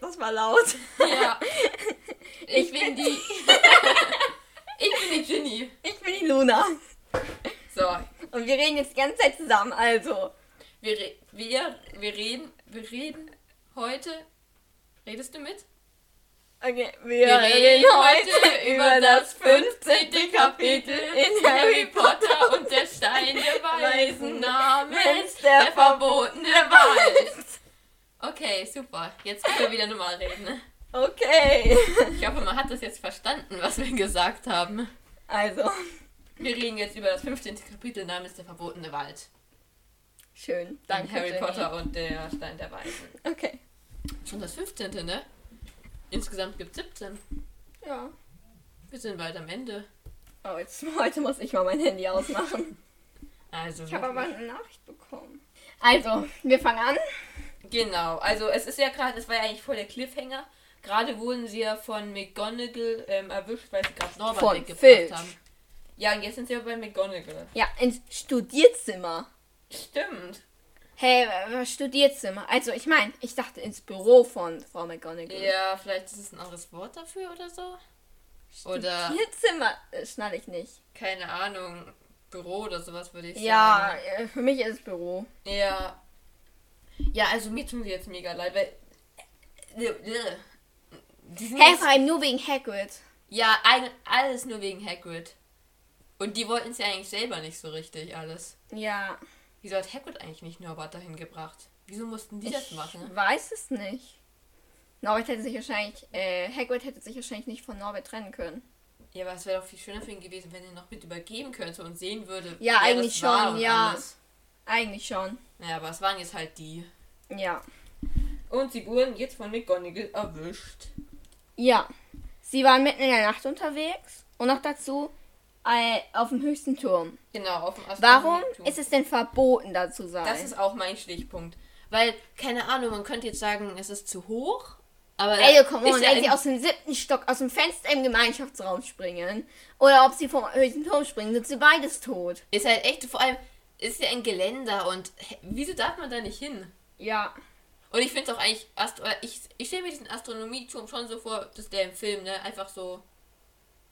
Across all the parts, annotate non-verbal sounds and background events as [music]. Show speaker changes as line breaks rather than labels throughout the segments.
furchtbar laut.
Ja. Ich bin die. [laughs] ich bin die Ginny.
[laughs] Ich bin die Luna.
So,
Und wir reden jetzt die ganze Zeit zusammen, also.
wir, re- wir, wir reden. Wir reden heute. Redest du mit?
Okay, wir,
Wir
reden heute [laughs] über das 15. Kapitel in Harry Potter
und der Stein
[laughs]
der
Weisen
Weisen
namens
namens
der
der
[laughs]
verbotene Wald. Okay, super. Jetzt können wir wieder normal reden. ne?
Okay. [laughs]
Ich hoffe, man hat das jetzt verstanden, was wir gesagt haben.
Also,
Wir reden jetzt über das 15. Kapitel namens der verbotene Wald.
schön.
Dank Harry
Jenny.
Potter und der Stein der Weisen.
Okay.
Schon das 15. ne? Insgesamt gibt es 17.
Ja.
Wir sind bald am Ende.
Oh, jetzt, heute muss ich mal mein Handy ausmachen. [laughs]
Also
Ich habe aber eine Nachricht bekommen. Also, wir fangen an.
Genau, also es ist ja gerade, es war ja eigentlich voll der Cliffhanger. Gerade wurden sie ja von McGonagall ähm, erwischt, weil sie gerade Norbert
Von
weggebracht
Filch.
haben. Ja, und jetzt sind sie ja bei McGonagall.
Ja, ins Studierzimmer.
Stimmt.
Hey, was Studierzimmer? Also, ich meine, ich dachte ins Büro von Frau McGonagall.
Ja, vielleicht ist es ein anderes Wort dafür oder so. Oder,
Studierzimmer äh, schnall ich nicht.
keine Ahnung, Büro oder sowas würde ich
Ja,
sagen.
äh, für mich ist es Büro.
Ja. Ja. Ja, also mir tun sie jetzt mega leid, weil... äh, Die sind
Hey,
jetzt-
vor allem nur wegen Hagrid.
Ja, ein, alles nur wegen Hagrid. Und die wollten es ja eigentlich selber nicht so richtig, alles.
Ja,
Wieso hat Hagrid eigentlich nicht Norbert dahin gebracht? Wieso mussten die das ne? machen?
ich weiß es nicht. Norbert hätte sich wahrscheinlich, äh, Hagrid hätte sich wahrscheinlich nicht von Norbert trennen können.
Ja, aber es wäre doch viel schöner für ihn gewesen, wenn er noch mit übergeben könnte und sehen würde.
Ja,
wer
eigentlich
das war
schon,
und
ja.
Alles.
Eigentlich schon.
Naja, aber es waren jetzt halt die.
Ja.
Und sie wurden jetzt von McGonagall erwischt.
Ja. Sie waren mitten in der Nacht unterwegs und noch dazu äh, auf dem höchsten Turm.
Genau, auf dem
Warum ist es denn verboten, da zu sein?
Das ist auch mein Stichpunkt. Weil, keine Ahnung, man könnte jetzt sagen, es ist zu hoch. Aber
Ey, Also, komm on,
ist ja
wenn sie
in-
aus dem siebten Stock aus dem Fenster im Gemeinschaftsraum springen oder ob sie vom höchsten Turm springen, sind sie beides tot.
Ist halt echt, vor allem ist ja ein Geländer und hä, wieso darf man da nicht hin?
Ja.
Und ich finde es auch eigentlich, Astro ich, ich stelle mir diesen Astronomieturm schon so vor, dass der im Film, ne, einfach so,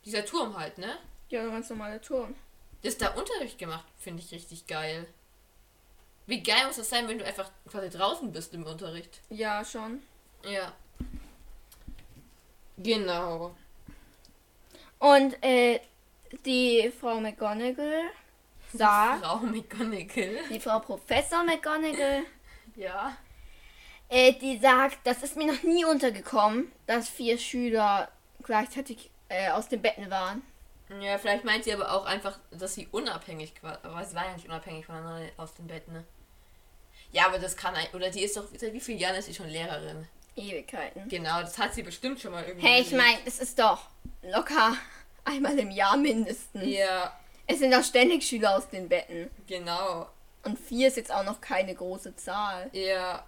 dieser Turm halt, ne?
Ja, ganz normaler Turm.
Dass da Unterricht gemacht, finde ich richtig geil. Wie geil muss das sein, wenn du einfach quasi draußen bist im Unterricht?
Ja, schon.
Ja. Genau.
Und äh, die Frau McGonagall sagt,
Frau McGonagall.
die Frau Professor McGonagall,
Ja.
äh, die sagt, das ist mir noch nie untergekommen, dass vier Schüler gleichzeitig äh, aus den Betten waren.
Ja, vielleicht meint sie aber auch einfach, dass sie unabhängig war. Aber sie war ja nicht unabhängig voneinander aus dem Bett, ne? Ja, aber das kann ein. Oder die ist doch. Seit wie vielen Jahren ist sie schon Lehrerin?
Ewigkeiten.
Genau, das hat sie bestimmt schon mal irgendwie.
Hey, ich
erlebt.
meine, es ist doch locker einmal im Jahr mindestens.
Ja,
Es sind doch ständig Schüler aus den Betten.
genau.
Und vier ist jetzt auch noch keine große Zahl.
Ja.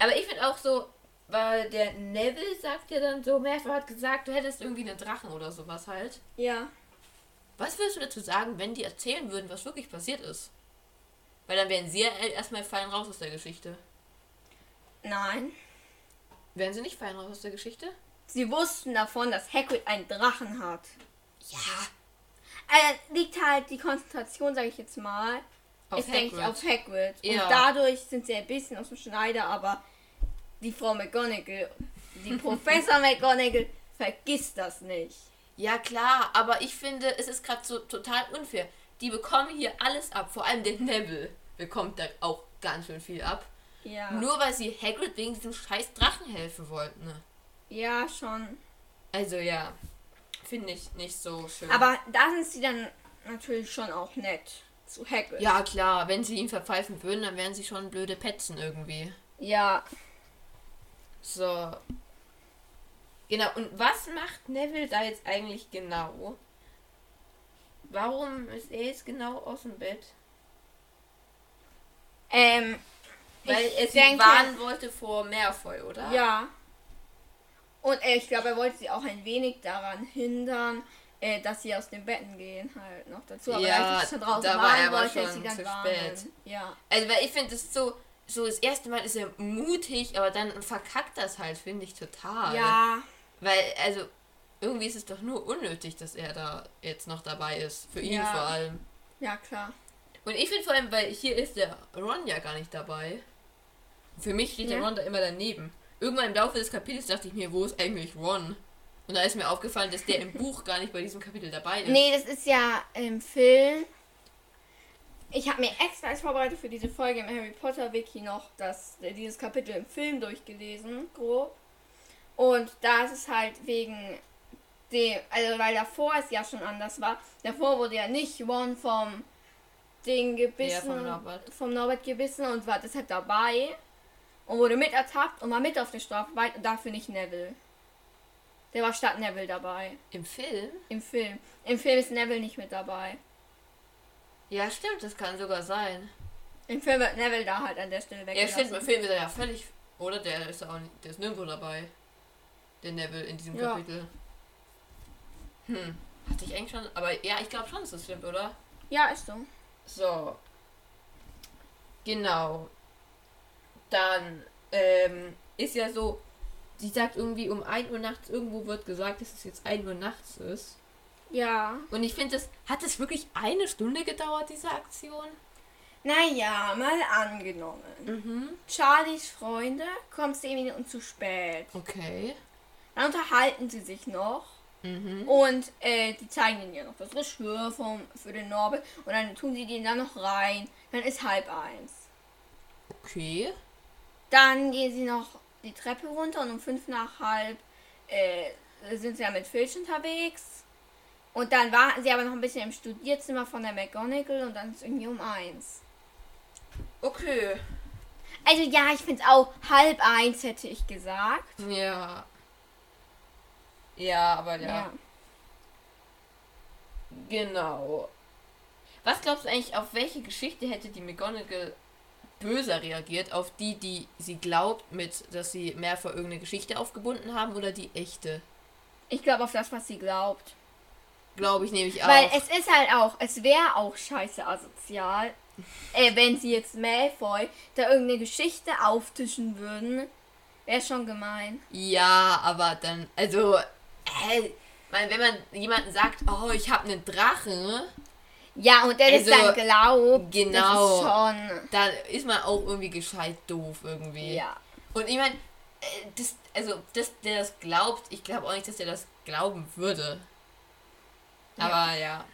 Aber ich finde auch so. Weil der Neville sagt ja dann so, Merv hat gesagt, du hättest irgendwie einen Drachen oder sowas halt.
Ja.
Was würdest du dazu sagen, wenn die erzählen würden, was wirklich passiert ist? Weil dann wären sie ja erstmal fein raus aus der Geschichte.
Nein.
Wären sie nicht fein raus aus der Geschichte?
Sie wussten davon, dass Hagrid einen Drachen hat.
Ja.
Äh, liegt halt die Konzentration, sage ich jetzt mal,
Auf
ist denke ich
Hagrid.
auf Hagrid.
Ja.
Und dadurch sind sie ein bisschen aus dem Schneider, aber die Frau McGonagall,
[laughs]
die Professor McGonagall vergisst das nicht.
Ja, klar, aber ich finde, es ist gerade so total unfair. Die bekommen hier alles ab, vor allem der Neville bekommt da auch ganz schön viel ab.
Ja.
Nur weil sie Hagrid wegen diesem scheiß Drachen helfen wollten. Ne?
ja, schon.
Also ja, finde ich nicht so schön.
Aber da sind sie dann natürlich schon auch nett zu Hagrid.
ja, klar, wenn sie ihn verpfeifen würden, dann wären sie schon blöde Petzen irgendwie.
Ja.
So. Genau, und was macht Neville da jetzt eigentlich genau? Warum ist er jetzt genau aus dem Bett?
Ähm,
Weil
Ich
er sie
denke-
warnen wollte vor Merfoy, oder?
Ja. Und äh, ich glaube, er wollte sie auch ein wenig daran hindern, äh, dass sie aus den Betten gehen, halt noch dazu. Aber
Ja,
als ich schon draußen
da war
warnen
er aber
wollte,
schon
sie dann
zu
warnen.
spät.
Ja.
Also, weil ich finde es so, so das erste Mal ist er mutig, aber dann verkackt das halt, finde ich total.
Ja,
Weil, also, irgendwie ist es doch nur unnötig, dass er da jetzt noch dabei ist. Für ihn
Ja.
vor allem.
ja klar.
Und ich finde vor allem, weil hier ist der Ron ja gar nicht dabei. Für mich steht der
Ja.
Ron da immer daneben. Irgendwann im Laufe des Kapitels dachte ich mir, wo ist eigentlich Ron? Und da ist mir aufgefallen, dass
[laughs]
der im Buch gar nicht bei diesem Kapitel dabei ist.
Nee, das ist ja im Film. Ich habe mir extra als Vorbereitung für diese Folge im Harry Potter Wiki noch das, dieses Kapitel im Film durchgelesen, grob. Und da ist es halt wegen dem, also weil davor es ja schon anders war. Davor wurde ja nicht Ron vom Ding gebissen,
Ja, vom
und-
Norbert.
vom Norbert gebissen und war deshalb dabei und wurde mit ertappt und war mit auf der Strafarbeit und dafür nicht Neville. Der war statt Neville dabei.
Im Film?
Im Film. Im Film ist Neville nicht mit dabei.
Ja, stimmt, das kann sogar sein.
Im Film wird Neville da halt an der Stelle
Ja, genau.
weggelassen.
stimmt, im Film ist er ja völlig. Oder der ist auch nicht, der ist nirgendwo dabei. Der Neville in diesem
Ja.
Kapitel. Hm, hatte ich eigentlich schon. Aber ja, ich glaube schon, dass das stimmt, oder?
Ja, ist so.
So. Genau. Dann ähm, ist ja so, sie sagt irgendwie um 1 Uhr nachts, irgendwo wird gesagt, dass es jetzt 1 Uhr nachts ist.
Ja.
Und ich finde, das hat es wirklich eine Stunde gedauert, diese Aktion?
Naja, mal angenommen.
Mhm.
Charlies Freunde kommen 10 Minuten zu spät.
Okay.
Dann unterhalten sie sich noch.
Mhm.
Und äh, die zeigen ihnen ja noch das Geschwür vom, für den Norbert. Und dann tun sie den da noch rein. Dann ist halb eins.
Okay.
Dann gehen sie noch die Treppe runter und um fünf nach halb äh, sind sie ja mit Filch unterwegs. Und dann warten sie aber noch ein bisschen im Studierzimmer von der McGonagall und dann ist irgendwie um eins.
Okay.
Also ja, ich finde es auch halb eins, hätte ich gesagt.
Ja. Ja, aber ja. Genau. Was glaubst du eigentlich, auf welche Geschichte hätte die McGonagall böser reagiert? Auf die, die sie glaubt, mit, dass sie mehr für irgendeine Geschichte aufgebunden haben oder die echte?
Ich glaube auf das, was sie glaubt.
Glaube ich nämlich auch.
Weil es ist halt auch, es wäre auch scheiße asozial, äh, wenn sie jetzt Malfoy da irgendeine Geschichte auftischen würden. Wäre schon gemein.
ja, aber dann, also, äh, mein, wenn man jemanden sagt, oh, ich habe einen Drachen,
Ja, und der ist
Also,
dann glaubt.
genau.
Das ist schon.
dann ist man auch irgendwie gescheit doof irgendwie.
Ja.
Und ich meine, das, also, dass der das glaubt, ich glaube auch nicht, dass der das glauben würde. Aber ja.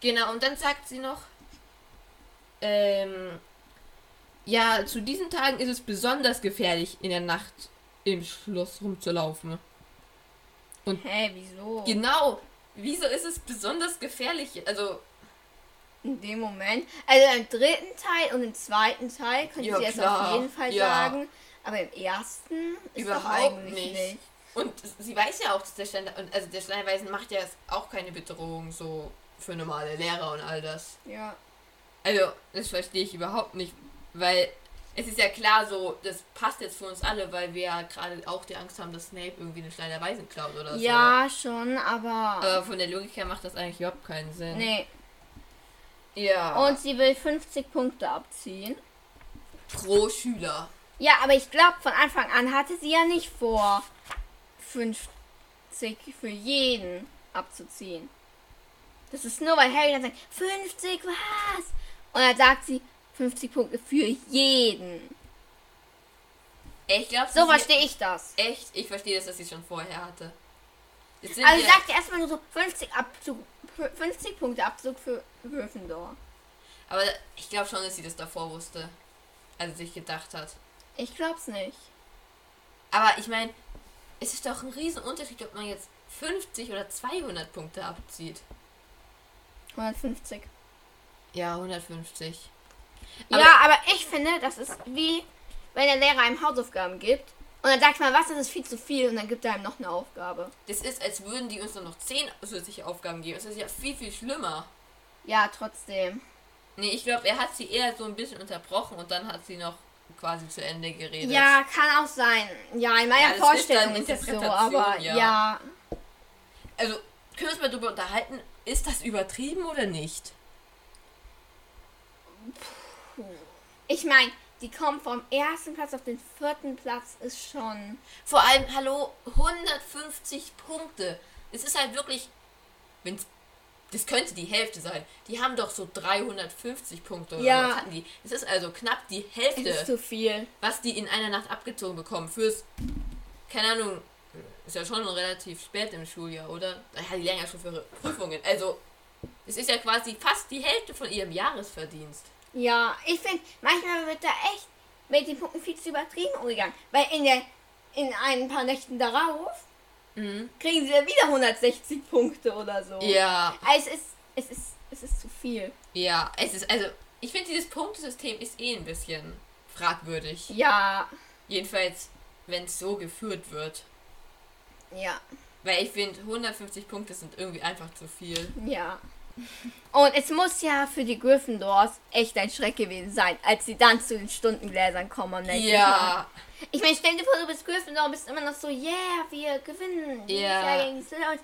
Genau, und dann sagt sie noch, ähm, ja, zu diesen Tagen ist es besonders gefährlich, in der Nacht im Schloss rumzulaufen.
Hä, wieso?
Genau, wieso ist es besonders gefährlich? Also,
In dem Moment. Also im dritten Teil und im zweiten Teil könnte
Ja,
ich jetzt
klar.
auf jeden Fall
Ja.
sagen. Aber im ersten ist doch
Überhaupt
eigentlich
nicht.
nicht.
Und sie weiß ja auch, dass der Stein, und also der Steinweisen macht ja auch keine Bedrohung so für normale Lehrer und all das.
Ja.
Also, das verstehe ich überhaupt nicht, weil es ist ja klar so, das passt jetzt für uns alle, weil wir ja gerade auch die Angst haben, dass Snape irgendwie den Stein der Weisen klaut oder
Ja, schon, aber.
so. Aber von der Logik her macht das eigentlich überhaupt keinen Sinn.
nee.
Ja.
Und sie will 50 Punkte abziehen.
pro Schüler.
Ja, aber ich glaube, von Anfang an hatte sie ja nicht vor, 50 für jeden abzuziehen. Das ist nur, weil Harry dann sagt, 50 was? Und dann sagt sie, 50 Punkte für jeden.
Ich glaube,
So verstehe ich das.
Echt, ich verstehe das, dass sie es schon vorher hatte. Jetzt sind
Also sie
wir-
sagt ja erstmal nur so 50 Abzug, 50 Punkte Abzug für Gryffindor.
aber ich glaube schon, dass sie das davor wusste. Also sich gedacht hat.
Ich glaub's nicht.
Aber ich meine, es ist doch ein Riesenunterschied, ob man jetzt 50 oder 200 Punkte abzieht.
150.
Ja, 150. Aber-
ja, aber ich finde, das ist wie, wenn der Lehrer einem Hausaufgaben gibt und dann sagt man, was, das ist viel zu viel und dann gibt er einem noch eine Aufgabe.
Das ist, als würden die uns nur noch 10 zusätzliche Aufgaben geben. Das ist ja viel, viel schlimmer.
Ja, trotzdem.
Nee, ich glaube, er hat sie eher so ein bisschen unterbrochen und dann hat sie noch quasi zu Ende geredet.
Ja, kann auch sein. Ja, in meiner
Ja, das ist
Vorstellung
dann
ist es so,
Interpretation,
aber
ja.
ja.
Also, können wir uns mal darüber unterhalten, ist das übertrieben oder nicht?
Ich meine, die kommen vom ersten Platz auf den vierten Platz, ist schon.
Vor allem, hallo, 150 Punkte. Es ist halt wirklich, wenn's, das könnte die Hälfte sein. Die haben doch so 350 Punkte. oder
Ja.
was hatten die. Es ist also knapp die
Es
Hälfte,
ist zu viel.
was die in einer Nacht abgezogen bekommen. Fürs, keine Ahnung, ist ja schon relativ spät im Schuljahr, oder? Ja, die lernen ja schon für ihre Prüfungen. Also, es ist ja quasi fast die Hälfte von ihrem Jahresverdienst.
Ja, ich finde, manchmal wird da echt mit den Punkten viel zu übertrieben umgegangen. Weil in der in ein paar Nächten darauf
Mhm.
kriegen sie ja wieder 160 Punkte oder so.
Ja,
Also es ist, es ist, es ist zu viel.
ja, es ist, also, ich finde, dieses Punktesystem ist eh ein bisschen fragwürdig.
Ja,
Jedenfalls, wenn es so geführt wird.
ja,
Weil ich finde, 150 Punkte sind irgendwie einfach zu viel.
ja. Und es muss ja für die Gryffindors echt ein Schreck gewesen sein, als sie dann zu den Stundengläsern kommen am nächsten Tag.
Ja,
Ich meine, stell dir vor, du bist Gryffindor und bist immer noch so, yeah, wir gewinnen. dieses
Ja.
Jahr gegen Slytherin.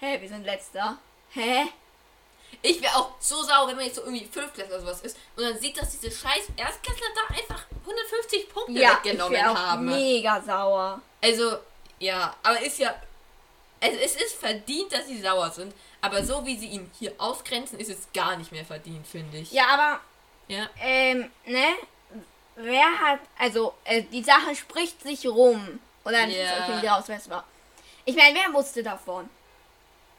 Hä, wir sind letzter. Hä?
ich wäre auch so sauer, wenn man jetzt so irgendwie Fünftklässler oder sowas ist und dann sieht, dass diese scheiß Erstklässler da einfach 150 Punkte
Ja, ich
weggenommen
wäre auch
haben.
mega sauer.
Also, ja, aber ist ja. Also, es ist verdient, dass sie sauer sind, aber so wie sie ihn hier ausgrenzen, ist es gar nicht mehr verdient, finde ich.
Ja, aber,
ja.
ähm, ne? Wer hat, also, äh, die Sache spricht sich rum. Oder das
Ja.
ist okay, wieder raus, wer es war. Ich meine, wer wusste davon?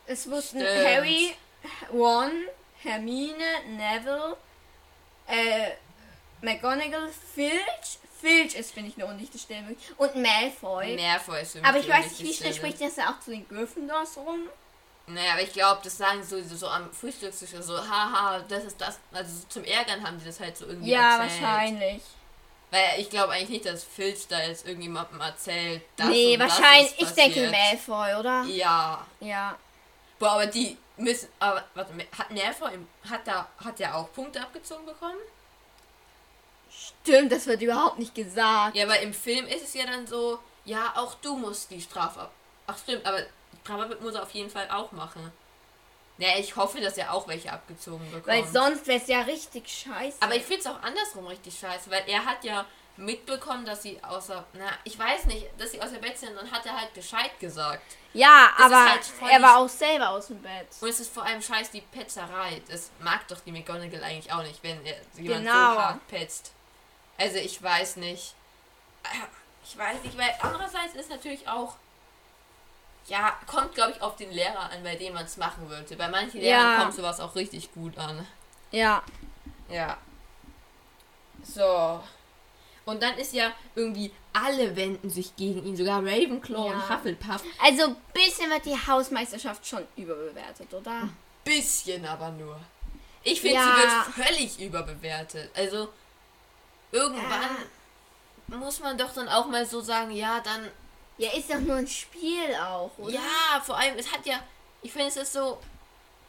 Es wussten
Stimmt.
Harry, Ron, Hermine, Neville, äh, McGonagall, Filch. Filch ist, finde ich, eine undichte Stimme. Und Malfoy.
Nervvoll ist für mich
aber ich
die
weiß nicht, wie
wichtigste
schnell
Stelle.
spricht das ja auch zu den Gryffindors rum.
Naja, aber ich glaube, das sagen so, so, so am Frühstückstisch so, haha, das ist das. Also so zum Ärgern haben die das halt so irgendwie
Ja,
erzählt.
wahrscheinlich.
Weil ich glaube eigentlich nicht, dass Filch da jetzt irgendjemandem erzählt, dass
nee,
und das
wahrscheinlich.
ist
Ich denke
passiert.
Malfoy, oder?
Ja.
Ja.
Boah, aber die müssen. Aber warte, hat Nervo im, hat da hat der auch Punkte abgezogen bekommen?
Stimmt, das wird überhaupt nicht gesagt.
Ja, aber im Film ist es ja dann so, ja, auch du musst die Strafe ab. Ach stimmt, aber die Strafe muss er auf jeden Fall auch machen. Naja, ich hoffe, dass er auch welche abgezogen bekommt.
Weil sonst wäre es ja richtig scheiße.
Aber ich finde es auch andersrum richtig scheiße, weil er hat ja mitbekommen, dass sie außer, na, ich weiß nicht, dass sie aus der Bett sind, dann hat er halt Bescheid gesagt.
ja,
Das ist
aber
halt voll
er
die-
war auch selber aus dem Bett.
Und es ist vor allem scheiß die Petzerei. Das mag doch die McGonagall eigentlich auch nicht, wenn er jemand
Genau.
so hart petzt. Also ich weiß nicht. Äh, Ich weiß nicht, weil andererseits ist natürlich auch, ja, kommt glaube ich auf den Lehrer an, bei dem man es machen würde. Bei manchen
Ja.
Lehrern kommt sowas auch richtig gut an.
Ja.
Ja. So. Und dann ist ja irgendwie alle wenden sich gegen ihn, sogar Ravenclaw und
Ja.
Hufflepuff.
Also ein bisschen wird die Hausmeisterschaft schon überbewertet, oder?
Bisschen aber nur. Ich finde,
Ja.
sie wird völlig überbewertet. Also irgendwann muss man doch dann auch mal so sagen, ja, dann
Ja, ist doch nur ein Spiel auch, oder?
Ja, vor allem, es hat ja, ich finde, es ist so,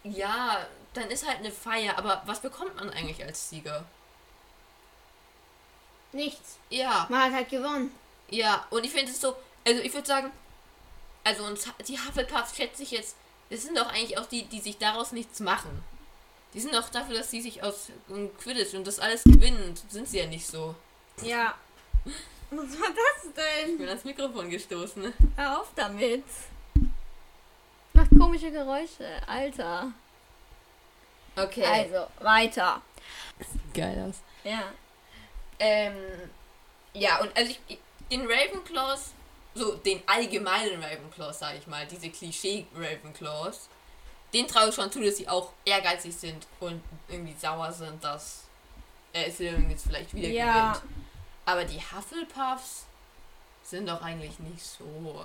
ja, dann ist halt eine Feier, aber was bekommt man eigentlich als Sieger?
Nichts.
Ja,
Man hat halt gewonnen.
ja, und ich finde es so, also ich würde sagen, also uns, die Hufflepuffs schätze ich jetzt, das sind doch eigentlich auch die, die sich daraus nichts machen. Die sind auch dafür, dass sie sich aus ähm, Quidditch und das alles gewinnen, sind sie ja nicht so.
Ja. Was war das
Ich bin
denn?
ans Mikrofon gestoßen.
Hör auf damit. Macht komische Geräusche, Alter.
Okay.
Also, weiter.
Geil aus.
Ja.
Ähm, ja, und also ich, ich, den Ravenclaws, so den allgemeinen Ravenclaws, sage ich mal, diese Klischee-Ravenclaws, den traue ich schon zu, dass sie auch ehrgeizig sind und irgendwie sauer sind, dass äh, Slytherin jetzt vielleicht wieder
Ja.
gewinnt. Aber die Hufflepuffs sind doch eigentlich nicht so.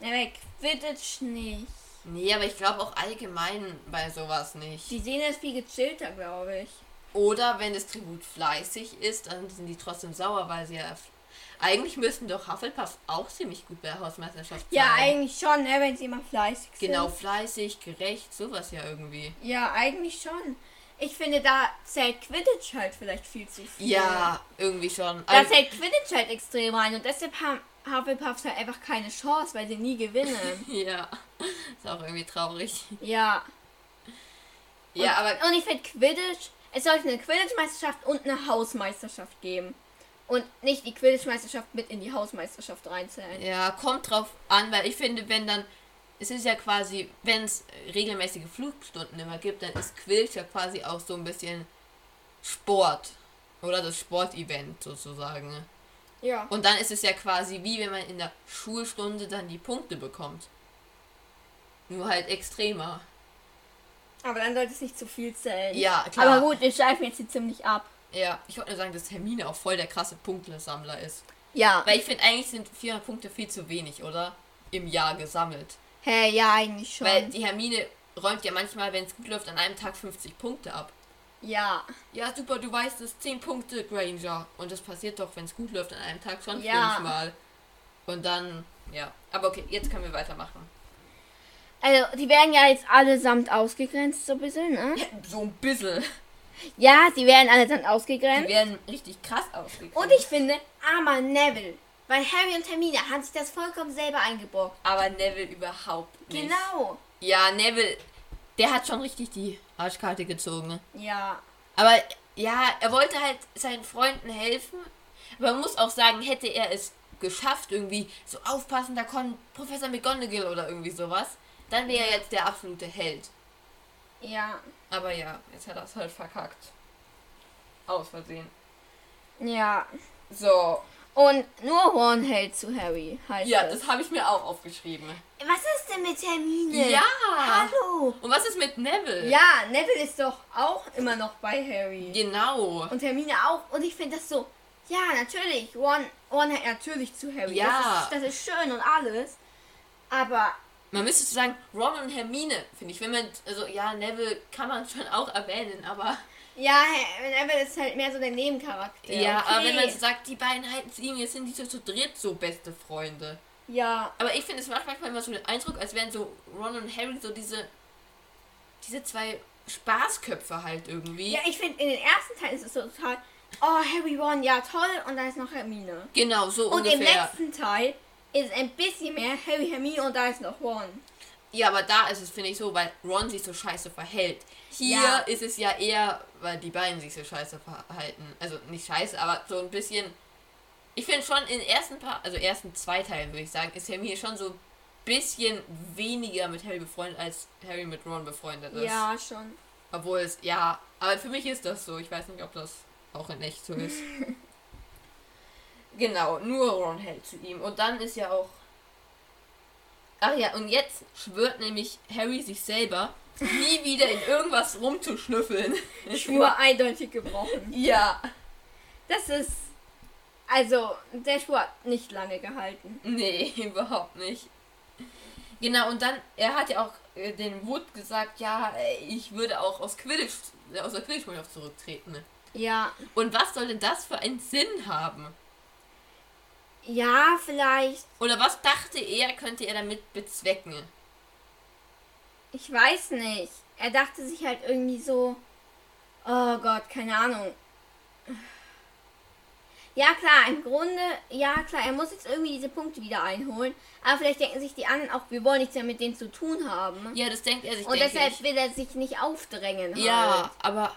Ja, bei Quidditch nicht.
Nee, aber ich glaube auch allgemein bei sowas nicht.
Die sehen das viel gechillter, glaube ich.
Oder wenn das Tribut fleißig ist, dann sind die trotzdem sauer, weil sie ja. Eigentlich müssten doch Hufflepuffs auch ziemlich gut bei der Hausmeisterschaft
Ja,
sein.
eigentlich schon, ne, wenn sie immer fleißig sind.
Genau, fleißig, gerecht, sowas ja irgendwie.
Ja, eigentlich schon. Ich finde, da zählt Quidditch halt vielleicht viel zu viel.
Ja, irgendwie schon.
Da
Also,
zählt Quidditch halt extrem rein und deshalb haben Hufflepuffs halt einfach keine Chance, weil sie nie
[laughs]
gewinnen.
ja, ist auch irgendwie traurig.
ja.
Ja, aber
Und ich finde Quidditch, Es sollte eine Quidditch-Meisterschaft und eine Hausmeisterschaft geben. Und nicht die Quidditch-Meisterschaft mit in die Hausmeisterschaft reinzählen.
Ja, kommt drauf an, weil ich finde, wenn dann. Es ist ja quasi, wenn es regelmäßige Flugstunden immer gibt, dann ist Quilt ja quasi auch so ein bisschen Sport. Oder das Sportevent sozusagen.
Ja.
Und dann ist es ja quasi wie wenn man in der Schulstunde dann die Punkte bekommt. Nur halt extremer.
Aber dann sollte es nicht zu viel zählen.
Ja, klar.
Aber gut, wir schleifen jetzt hier ziemlich ab.
Ja, ich wollte nur sagen, dass Hermine auch voll der krasse Punktesammler ist.
Ja.
Weil ich finde, eigentlich sind 400 Punkte viel zu wenig, oder? Im Jahr gesammelt.
Hä, ja, eigentlich schon.
Weil die Hermine räumt ja manchmal, wenn es gut läuft, an einem Tag 50 Punkte ab.
ja.
Ja, super, du weißt es, 10 Punkte, Granger. Und das passiert doch, wenn es gut läuft, an einem Tag schon
Ja.
fünfmal. Und dann, ja. Aber okay, jetzt können wir weitermachen.
Also, die werden ja jetzt allesamt ausgegrenzt, so ein bisschen, ne?
So ein bisschen.
Ja, sie werden allesamt
Die
ausgegrenzt.
werden richtig krass ausgegrenzt.
Und ich finde, armer Neville. Weil Harry und Hermine haben sich das vollkommen selber eingebrockt.
Aber Neville überhaupt nicht.
Genau.
Ja, Neville, der hat schon richtig die Arschkarte gezogen. ne?
Ja.
Aber ja, er wollte halt seinen Freunden helfen. Aber man muss auch sagen, hätte er es geschafft, irgendwie so aufpassen, da kommt Professor McGonagall oder irgendwie sowas, dann wäre er jetzt der absolute Held.
Ja.
Aber ja, jetzt hat er es halt verkackt. Aus Versehen.
Ja.
So.
Und nur Horn hält zu Harry, heißt
Ja,
es.
das habe ich mir auch aufgeschrieben.
Was ist denn mit Hermine?
Ja.
Hallo.
Und was ist mit Neville?
Ja, Neville ist doch auch immer noch bei Harry.
Genau.
Und Hermine auch. Und ich finde das so. Ja, natürlich. One, One hat natürlich zu Harry.
Ja.
Das ist, das ist schön und alles. Aber
Man müsste so sagen, Ron und Hermine, finde ich. Wenn man, also ja, Neville kann man schon auch erwähnen, aber
ja, Neville ist halt mehr so der Nebencharakter.
ja,
okay.
aber wenn man so sagt, die beiden halten es ihm, jetzt sind die so zu dritt so beste Freunde.
Ja,
Aber ich finde, es macht manchmal immer so den Eindruck, als wären so Ron und Harry so diese, diese zwei Spaßköpfe halt irgendwie.
ja ich finde in den ersten Teilen ist es so total. Oh, Harry, Ron, ja toll. Und dann ist noch Hermine.
Genau, so
Und im
ungefähr.
letzten Teil ist ein bisschen mehr Harry, Hermine und da ist noch Ron.
Ja, aber da ist es, finde ich, so, weil Ron sich so scheiße verhält. Hier
Ja.
ist es ja eher, weil die beiden sich so scheiße verhalten. Also nicht scheiße, aber so ein bisschen. Ich finde schon in den ersten paar, also ersten zwei Teilen würde ich sagen, ist Hermine schon so ein bisschen weniger mit Harry befreundet, als Harry mit Ron befreundet ist.
Ja, schon.
Obwohl es, ja, aber für mich ist das so. Ich weiß nicht, ob das auch in echt so ist. [laughs] genau, nur Ron hält zu ihm. Und dann ist ja auch. Ach ja, und jetzt schwört nämlich Harry sich selber, nie wieder in irgendwas rumzuschnüffeln.
Schwur eindeutig gebrochen.
[laughs] Ja.
Das ist. Also, der Schwur hat nicht lange gehalten.
Nee, überhaupt nicht. Genau, und dann, er hat ja auch äh, den Wood gesagt, ja, äh, ich würde auch aus Quidditch, aus der Quidditch-Mannschaft zurücktreten.
Ja.
Und was soll denn das für einen Sinn haben?
Ja, vielleicht.
Oder was dachte er, könnte er damit bezwecken?
Ich weiß nicht. Er dachte sich halt irgendwie so. Oh Gott, keine Ahnung. Ja klar, im Grunde, ja klar, er muss jetzt irgendwie diese Punkte wieder einholen. Aber vielleicht denken sich die anderen auch, wir wollen nichts mehr mit denen zu tun haben.
Ja, das denkt er sich.
Und
denke
deshalb
ich.
will er sich nicht aufdrängen. Halt.
Ja, aber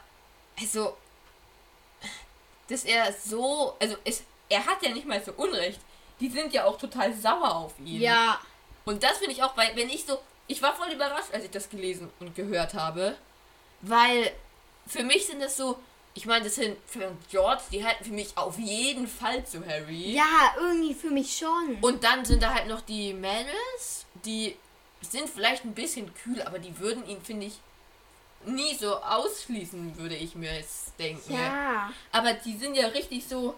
also, dass er so, also es, er hat ja nicht mal so Unrecht. Die sind ja auch total sauer auf ihn.
Ja.
Und das finde ich auch, weil wenn ich so, ich war voll überrascht, als ich das gelesen und gehört habe, weil für mich sind das so, ich meine, das sind für George, die halten für mich auf jeden Fall zu Harry.
Ja, irgendwie für mich schon.
Und dann sind da halt noch die Mädels, die sind vielleicht ein bisschen kühl, aber die würden ihn, finde ich, nie so ausschließen, würde ich mir jetzt denken.
ja.
Aber die sind ja richtig so,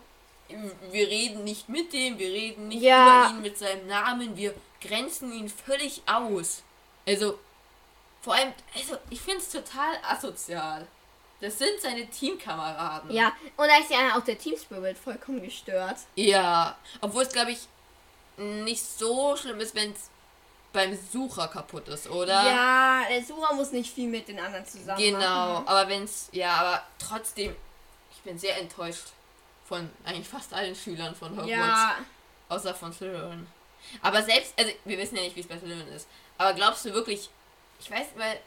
"Mm, wir reden nicht mit dem, wir reden nicht
Ja.
über ihn mit seinem Namen, wir grenzen ihn völlig aus. Also, vor allem, also ich finde es total asozial. Das sind seine Teamkameraden.
Ja, und da ist ja auch der Team Spirit vollkommen gestört.
Ja, obwohl es, glaube ich, nicht so schlimm ist, wenn es beim Sucher kaputt ist, oder?
Ja, Mhm. der Sura muss nicht viel mit den anderen zusammen
Genau,
machen.
aber wenn es, ja, aber trotzdem, ich bin sehr enttäuscht von eigentlich fast allen Schülern von Hogwarts,
Ja,
außer von Slytherin. Aber selbst, also wir wissen ja nicht, wie es bei Slytherin ist, aber glaubst du wirklich, ich weiß, weil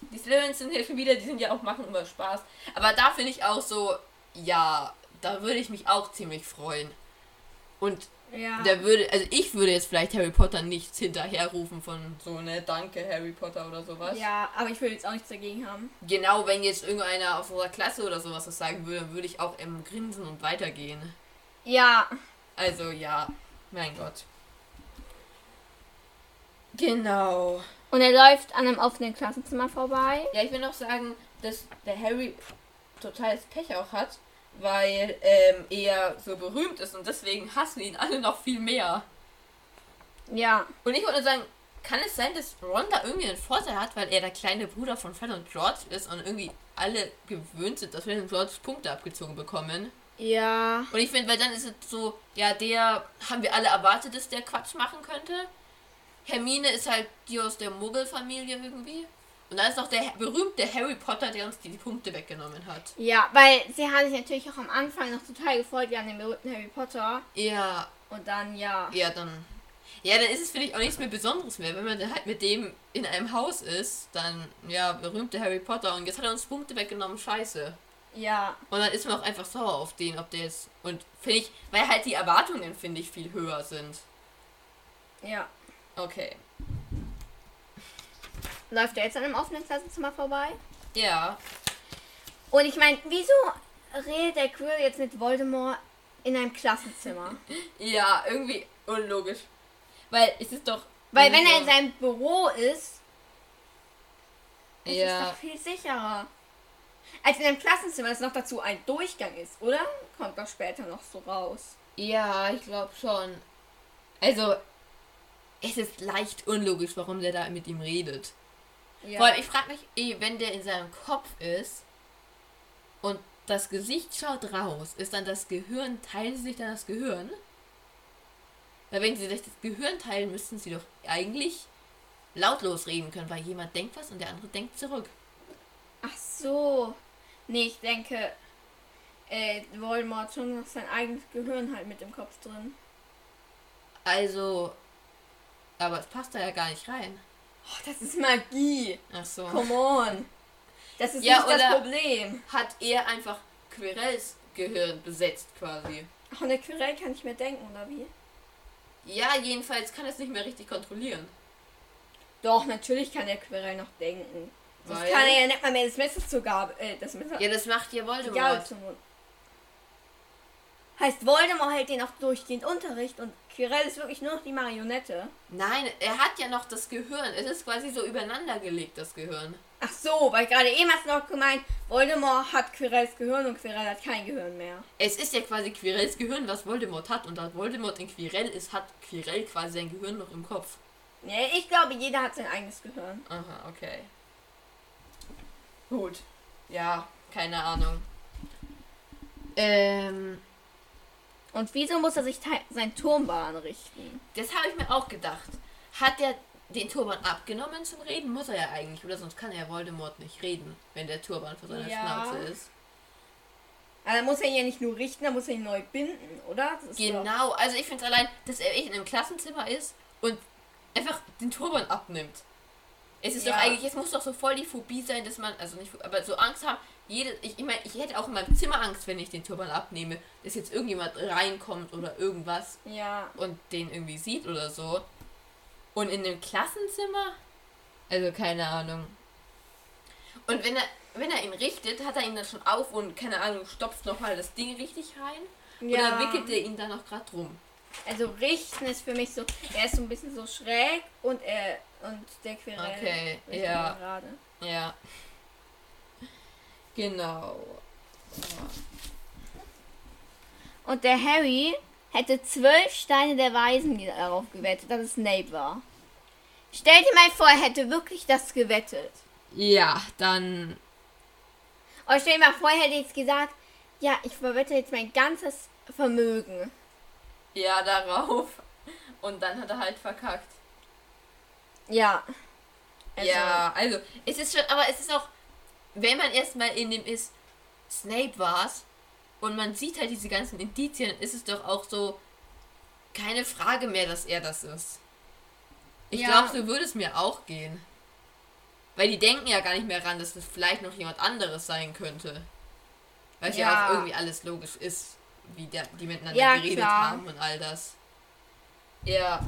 Die Slivens sind ja schon wieder, die sind ja auch, machen immer Spaß. Aber da finde ich auch so, ja, da würde ich mich auch ziemlich freuen. Und
Ja.
der würde, also ich würde jetzt vielleicht Harry Potter nichts hinterherrufen von so, ne, danke Harry Potter oder sowas.
ja, aber ich will jetzt auch nichts dagegen haben.
Genau, wenn jetzt irgendeiner aus unserer Klasse oder sowas das sagen würde, dann würde ich auch im Grinsen und weitergehen.
Ja.
Also ja, mein Gott. Genau.
Und er läuft an einem offenen Klassenzimmer vorbei.
Ja, ich will noch sagen, dass der Harry totales Pech auch hat, weil ähm, er so berühmt ist und deswegen hassen ihn alle noch viel mehr.
Ja.
Und ich würde sagen, kann es sein, dass Ron da irgendwie einen Vorteil hat, weil er der kleine Bruder von Fred und George ist und irgendwie alle gewöhnt sind, dass Fred und George Punkte abgezogen bekommen?
Ja.
Und ich finde, weil dann ist es so, ja, der haben wir alle erwartet, dass der Quatsch machen könnte. Hermine ist halt die aus der Muggelfamilie irgendwie. Und dann ist noch der ha- berühmte Harry Potter, der uns die, die Punkte weggenommen hat.
Ja, weil sie haben sich natürlich auch am Anfang noch total gefreut, ja, an den berühmten Harry Potter.
Ja,
Und dann, ja.
ja, dann. Ja, dann ist es, finde ich, auch nichts mehr Besonderes mehr. Wenn man dann halt mit dem in einem Haus ist, dann, ja, berühmte Harry Potter. Und jetzt hat er uns Punkte weggenommen, scheiße.
Ja.
Und dann ist man auch einfach sauer auf den, ob der jetzt. Und finde ich, weil halt die Erwartungen, finde ich, viel höher sind.
Ja.
Okay.
Läuft er jetzt an einem offenen Klassenzimmer vorbei?
Ja,
Und ich meine, wieso redet der Quirrell jetzt mit Voldemort in einem Klassenzimmer?
Ja, irgendwie unlogisch. Weil es ist doch.
Weil wenn er in seinem Büro ist, ist es
Ja.
doch viel sicherer. Als in einem Klassenzimmer, das noch dazu ein Durchgang ist, oder? Kommt doch später noch so raus.
Ja, ich glaube schon. Also, es ist leicht unlogisch, warum der da mit ihm redet.
Ja.
Vor allem, ich frage mich, eh, wenn der in seinem Kopf ist und das Gesicht schaut raus, ist dann das Gehirn, teilen sie sich dann das Gehirn? Weil wenn sie sich das Gehirn teilen, müssten sie doch eigentlich lautlos reden können, weil jemand denkt was und der andere denkt zurück.
Ach so. Nee, ich denke, äh, Voldemort hat schon noch sein eigenes Gehirn halt mit im Kopf drin.
Also, aber es passt da ja gar nicht rein.
Oh, das ist Magie.
Ach so.
Come on. Das ist
Ja,
nicht das
oder-
Problem.
Hat er einfach Quirrells Gehirn besetzt quasi.
Ach, und der Quirrell kann nicht mehr denken, oder wie?
Ja, jedenfalls kann es nicht mehr richtig kontrollieren.
Doch, natürlich kann der Quirrell noch denken. Sonst
Weil-
kann er ja nicht mal mehr das Messer zur Gabe, äh, das Messer,
Ja, das macht ja
die Gabel
Voldemort.
zum Mund. Heißt, Voldemort hält den auch durchgehend Unterricht und Quirrell ist wirklich nur noch die Marionette.
Nein, er hat ja noch das Gehirn. Es ist quasi so übereinander gelegt, das Gehirn.
Ach so, weil gerade eben hast du noch gemeint, Voldemort hat Quirrells Gehirn und Quirrell hat kein Gehirn mehr.
Es ist ja quasi Quirrells Gehirn, was Voldemort hat. Und da Voldemort in Quirrell ist, hat Quirrell quasi sein Gehirn noch im Kopf.
Nee, ich glaube, jeder hat sein eigenes Gehirn.
Aha, okay. Gut. Ja, keine Ahnung. Ähm,
Und wieso muss er sich tei- seinen Turmbar anrichten?
Das habe ich mir auch gedacht. Hat er den Turban abgenommen zum Reden? Muss er ja eigentlich, oder sonst kann er Voldemort nicht reden, wenn der Turban vor seiner
Ja.
Schnauze ist.
Aber dann muss er ihn ja nicht nur richten, dann muss er ihn neu binden, oder? Das ist Doch,
Genau, also ich finde es allein, dass er echt in einem Klassenzimmer ist und einfach den Turban abnimmt. Es ist
Ja.
doch eigentlich, es muss doch so voll die Phobie sein, dass man, also nicht, aber so Angst haben, jede, ich, ich meine, ich hätte auch in meinem Zimmer Angst, wenn ich den Turban abnehme, dass jetzt irgendjemand reinkommt oder irgendwas.
ja.
und den irgendwie sieht oder so. Und in dem Klassenzimmer? Also keine Ahnung. Und wenn er, wenn er ihn richtet, hat er ihn dann schon auf und keine Ahnung, stopft nochmal das Ding richtig rein. Oder wickelt er ihn dann noch gerade drum?
Also richten ist für mich so, er ist so ein bisschen so schräg und er und der Querell.
Okay,
richtet
ja.
ihn Gerade.
Ja. Genau.
Und der Harry hätte zwölf Steine der Weisen darauf gewettet, dass es Snape war. Stell dir mal vor, er hätte wirklich das gewettet.
Ja, dann.
Und stell dir mal vor, er hätte jetzt gesagt, ja, ich verwette jetzt mein ganzes Vermögen.
Ja, darauf. Und dann hat er halt verkackt.
Ja.
Ja, also es ist schon, aber es ist auch, wenn man erstmal in dem ist, Snape war's und man sieht halt diese ganzen Indizien, ist es doch auch so keine Frage mehr, dass er das ist. Ich
Ja.
glaube, so würde es mir auch gehen. Weil die denken ja gar nicht mehr ran, dass das vielleicht noch jemand anderes sein könnte. Weil es ja.
Ja.
auch irgendwie alles logisch ist, wie der, die miteinander
Ja,
geredet
klar.
haben und all das. Ja,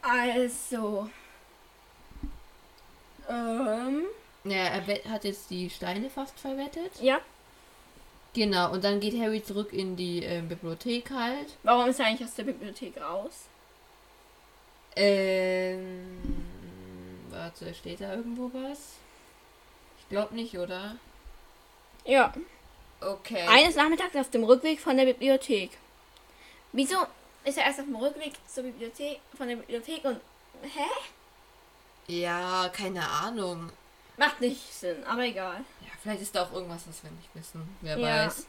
Also. Ähm.
ja er wett- hat jetzt die Steine fast verwettet.
Ja.
Genau, und dann geht Harry zurück in die äh, Bibliothek halt.
Warum ist er eigentlich aus der Bibliothek raus?
Ähm. Warte, steht da irgendwo was? Ich glaube nicht, oder?
Ja.
Okay.
Eines Nachmittags auf dem Rückweg von der Bibliothek. Wieso ist er erst auf dem Rückweg zur Bibliothek, von der Bibliothek und. Hä?
ja, keine Ahnung.
Macht nicht Sinn, aber egal.
Ja, vielleicht ist da auch irgendwas, was wir nicht wissen. Wer
Ja.
weiß.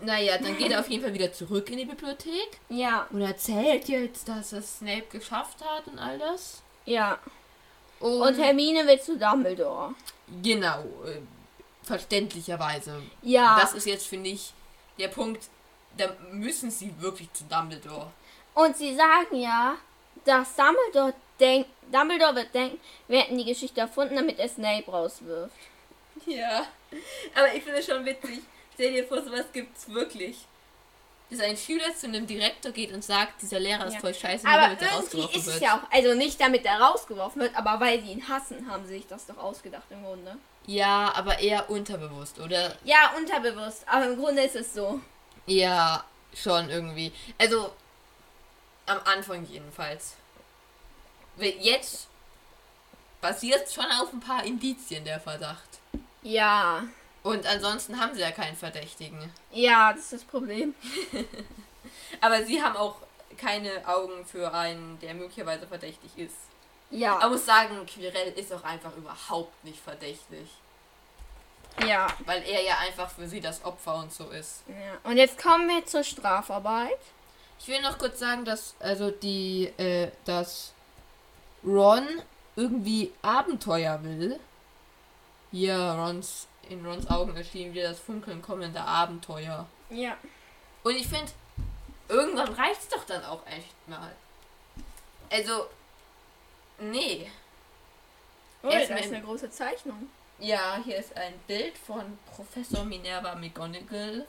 Naja, dann geht er auf jeden Fall wieder zurück in die Bibliothek
Ja,
und erzählt jetzt, dass es Snape geschafft hat und all das.
ja.
Und,
Und Hermine will zu Dumbledore.
genau, äh, verständlicherweise.
Ja.
Das ist jetzt, finde ich, der Punkt, da müssen sie wirklich zu Dumbledore.
Und sie sagen ja, dass Dumbledore denkt, Dumbledore wird denken, wir hätten die Geschichte erfunden, damit er Snape rauswirft.
Ja, aber ich finde es schon witzig. Stell dir vor, sowas gibt's wirklich. Dass ein Schüler zu einem Direktor geht und sagt, dieser Lehrer ist
Ja.
voll scheiße, nur
Aber
damit er
irgendwie
rausgeworfen
ist es
wird.
ja auch, also nicht damit er rausgeworfen wird, aber weil sie ihn hassen, haben sie sich das doch ausgedacht im Grunde.
Ja, aber eher unterbewusst, oder?
Ja, unterbewusst, aber im Grunde ist es so.
Ja, schon irgendwie. Also, am Anfang jedenfalls. Weil Jetzt basiert schon auf ein paar Indizien der Verdacht.
Ja,
Und ansonsten haben sie ja keinen Verdächtigen.
ja, das ist das Problem.
Aber sie haben auch keine Augen für einen, der möglicherweise verdächtig ist. Man
Ja,
muss sagen, Quirrell ist auch einfach überhaupt nicht verdächtig.
ja,
Weil er ja einfach für sie das Opfer und so ist.
ja. Und jetzt kommen wir zur Strafarbeit.
Ich will noch kurz sagen, dass also die, äh, dass Ron irgendwie Abenteuer will. Hier, Rons, in Rons Augen erschien wieder das Funkeln kommender Abenteuer.
Ja.
Und ich finde, irgendwann reicht's doch dann auch echt mal. Also, nee.
Oh,
Erst
das
mal
ist
im-
eine große Zeichnung.
Ja, hier ist ein Bild von Professor Minerva McGonagall.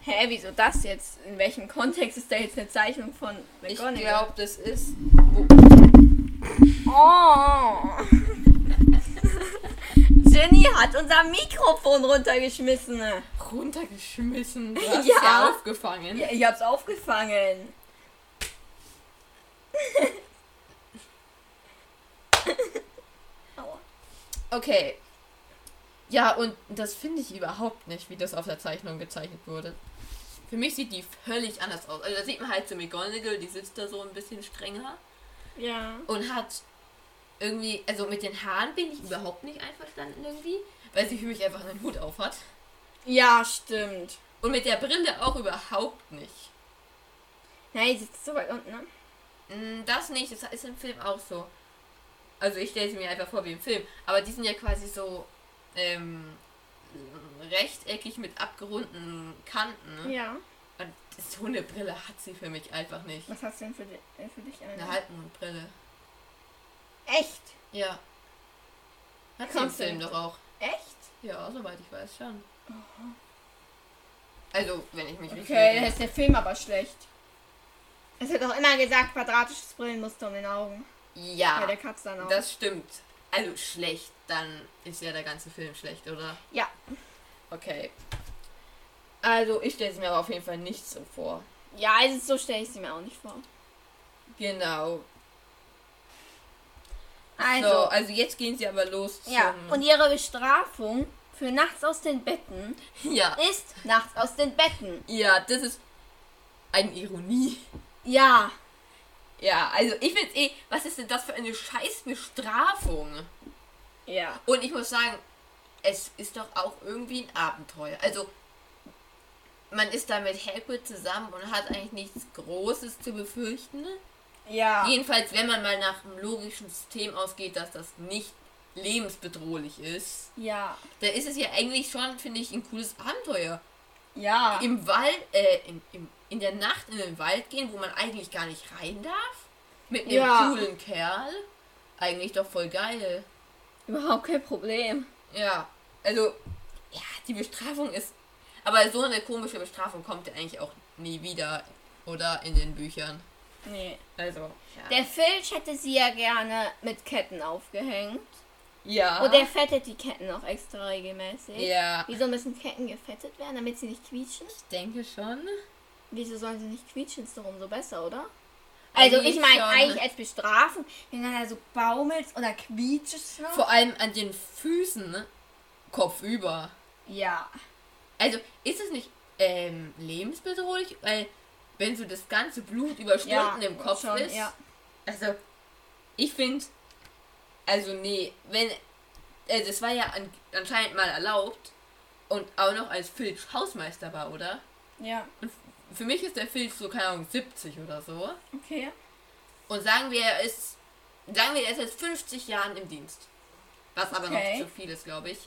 Hä, wieso das jetzt? In welchem Kontext ist da jetzt eine Zeichnung von McGonagall?
Ich glaube, das ist.
Oh. [laughs] Jenny hat unser Mikrofon runtergeschmissen. [laughs]
runtergeschmissen. Du hast
Ja.
es ja aufgefangen.
Ja, ich hab's [laughs] aufgefangen. Aua.
Okay. Ja, und das finde ich überhaupt nicht, wie das auf der Zeichnung gezeichnet wurde. Für mich sieht die völlig anders aus. Also da sieht man halt so McGonagall, die sitzt da so ein bisschen strenger
ja.
und hat irgendwie, also mit den Haaren bin ich überhaupt nicht einverstanden irgendwie, weil sie für mich einfach einen Hut auf hat.
Ja, stimmt.
Und mit der Brille auch überhaupt nicht.
Nein, sitzt so weit unten, ne?
Mm, Das nicht, das ist im Film auch so. Also ich stelle sie mir einfach vor wie im Film. Aber die sind ja quasi so ähm, rechteckig mit abgerundeten Kanten.
Ja.
Und so eine Brille hat sie für mich einfach nicht.
Was hast du denn für, di äh, für dich eine?
Eine Halbmondbrille.
Echt?
Ja. Hat sie im
Kannst du
Film
nicht.
doch auch.
Echt?
Ja, soweit ich weiß schon. Also, wenn ich mich richtig
Okay, dann
erinnere.
ist der Film aber schlecht. Es wird auch immer gesagt, quadratisches Brillenmuster um den Augen.
Ja,
Bei der Katze dann auch.
das stimmt. Also schlecht, dann ist ja der ganze Film schlecht, oder?
ja.
Okay. Also, ich stelle es mir aber auf jeden Fall nicht so vor.
Ja, also so stelle ich sie mir auch nicht vor.
Genau. Also,
Also,
so, also jetzt gehen sie aber los zum...
ja. Und ihre Bestrafung für nachts aus den Betten
[laughs] ja.
ist nachts aus den Betten.
Ja, das ist eine Ironie.
Ja.
Ja, also ich find's eh... Was ist denn das für eine scheiß Bestrafung?
Ja.
Und ich muss sagen, es ist doch auch irgendwie ein Abenteuer. Also, man ist da mit Hagrid zusammen und hat eigentlich nichts Großes zu befürchten.
Ja.
Jedenfalls, wenn man mal nach einem logischen System ausgeht, dass das nicht lebensbedrohlich ist,
Ja.
dann ist es ja eigentlich schon, finde ich, ein cooles Abenteuer.
Ja.
Im Wald, äh, in, im, in der Nacht in den Wald gehen, wo man eigentlich gar nicht rein darf, mit einem
Ja.
coolen Kerl, eigentlich doch voll geil.
Überhaupt kein Problem.
Ja, also, ja, die Bestrafung ist. Aber so eine komische Bestrafung kommt ja eigentlich auch nie wieder. Oder in den Büchern.
Nee.
Also, ja.
Der Filch hätte sie ja gerne mit Ketten aufgehängt.
ja.
Und er fettet die Ketten auch extra regelmäßig.
ja.
Wieso müssen Ketten gefettet werden, damit sie nicht quietschen?
Ich denke schon.
Wieso sollen sie nicht quietschen? Ist doch umso besser, oder? Also
Also Eigentlich
ich
ich mein,
meine
schon. eigentlich
eigentlich als Bestrafung, wenn du da so baumelst oder quietschst.
Vor allem an den Füßen, ne? Kopfüber.
Ja.
Also, ist es nicht ähm, lebensbedrohlich? Weil, wenn so das ganze Blut über Stunden im Kopf
schon,
ist.
Ja.
Also, ich finde, also nee, wenn, also es war ja an, anscheinend mal erlaubt und auch noch als Filch Hausmeister war, oder?
ja,
Und f- für mich ist der Filch so, keine Ahnung, 70 oder so.
okay.
Und sagen wir, er ist, sagen wir, er ist jetzt 50 Jahren im Dienst. Was aber
Okay.
noch zu viel ist, glaube ich.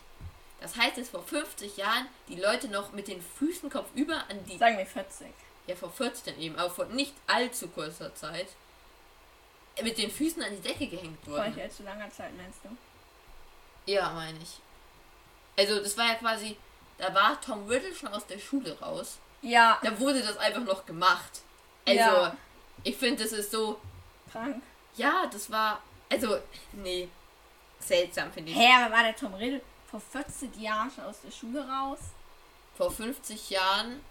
Das heißt, dass vor 50 Jahren die Leute noch mit den Füßen kopfüber an die,
Sagen wir 40.
ja vor 40 dann eben, aber vor nicht allzu kurzer Zeit, mit den Füßen an die Decke gehängt
Vor
wurden.
nicht allzu langer Zeit, meinst du?
Ja, meine ich. Also das war ja quasi, da war Tom Riddle schon aus der Schule raus.
Ja,
Da wurde das einfach noch gemacht. Also,
Ja.
ich finde, das ist so,
krank.
ja, das war, also, nee, seltsam finde ich.
Hä, aber war der Tom Riddle vor 40 Jahren schon aus der Schule raus?
Vor 50 Jahren,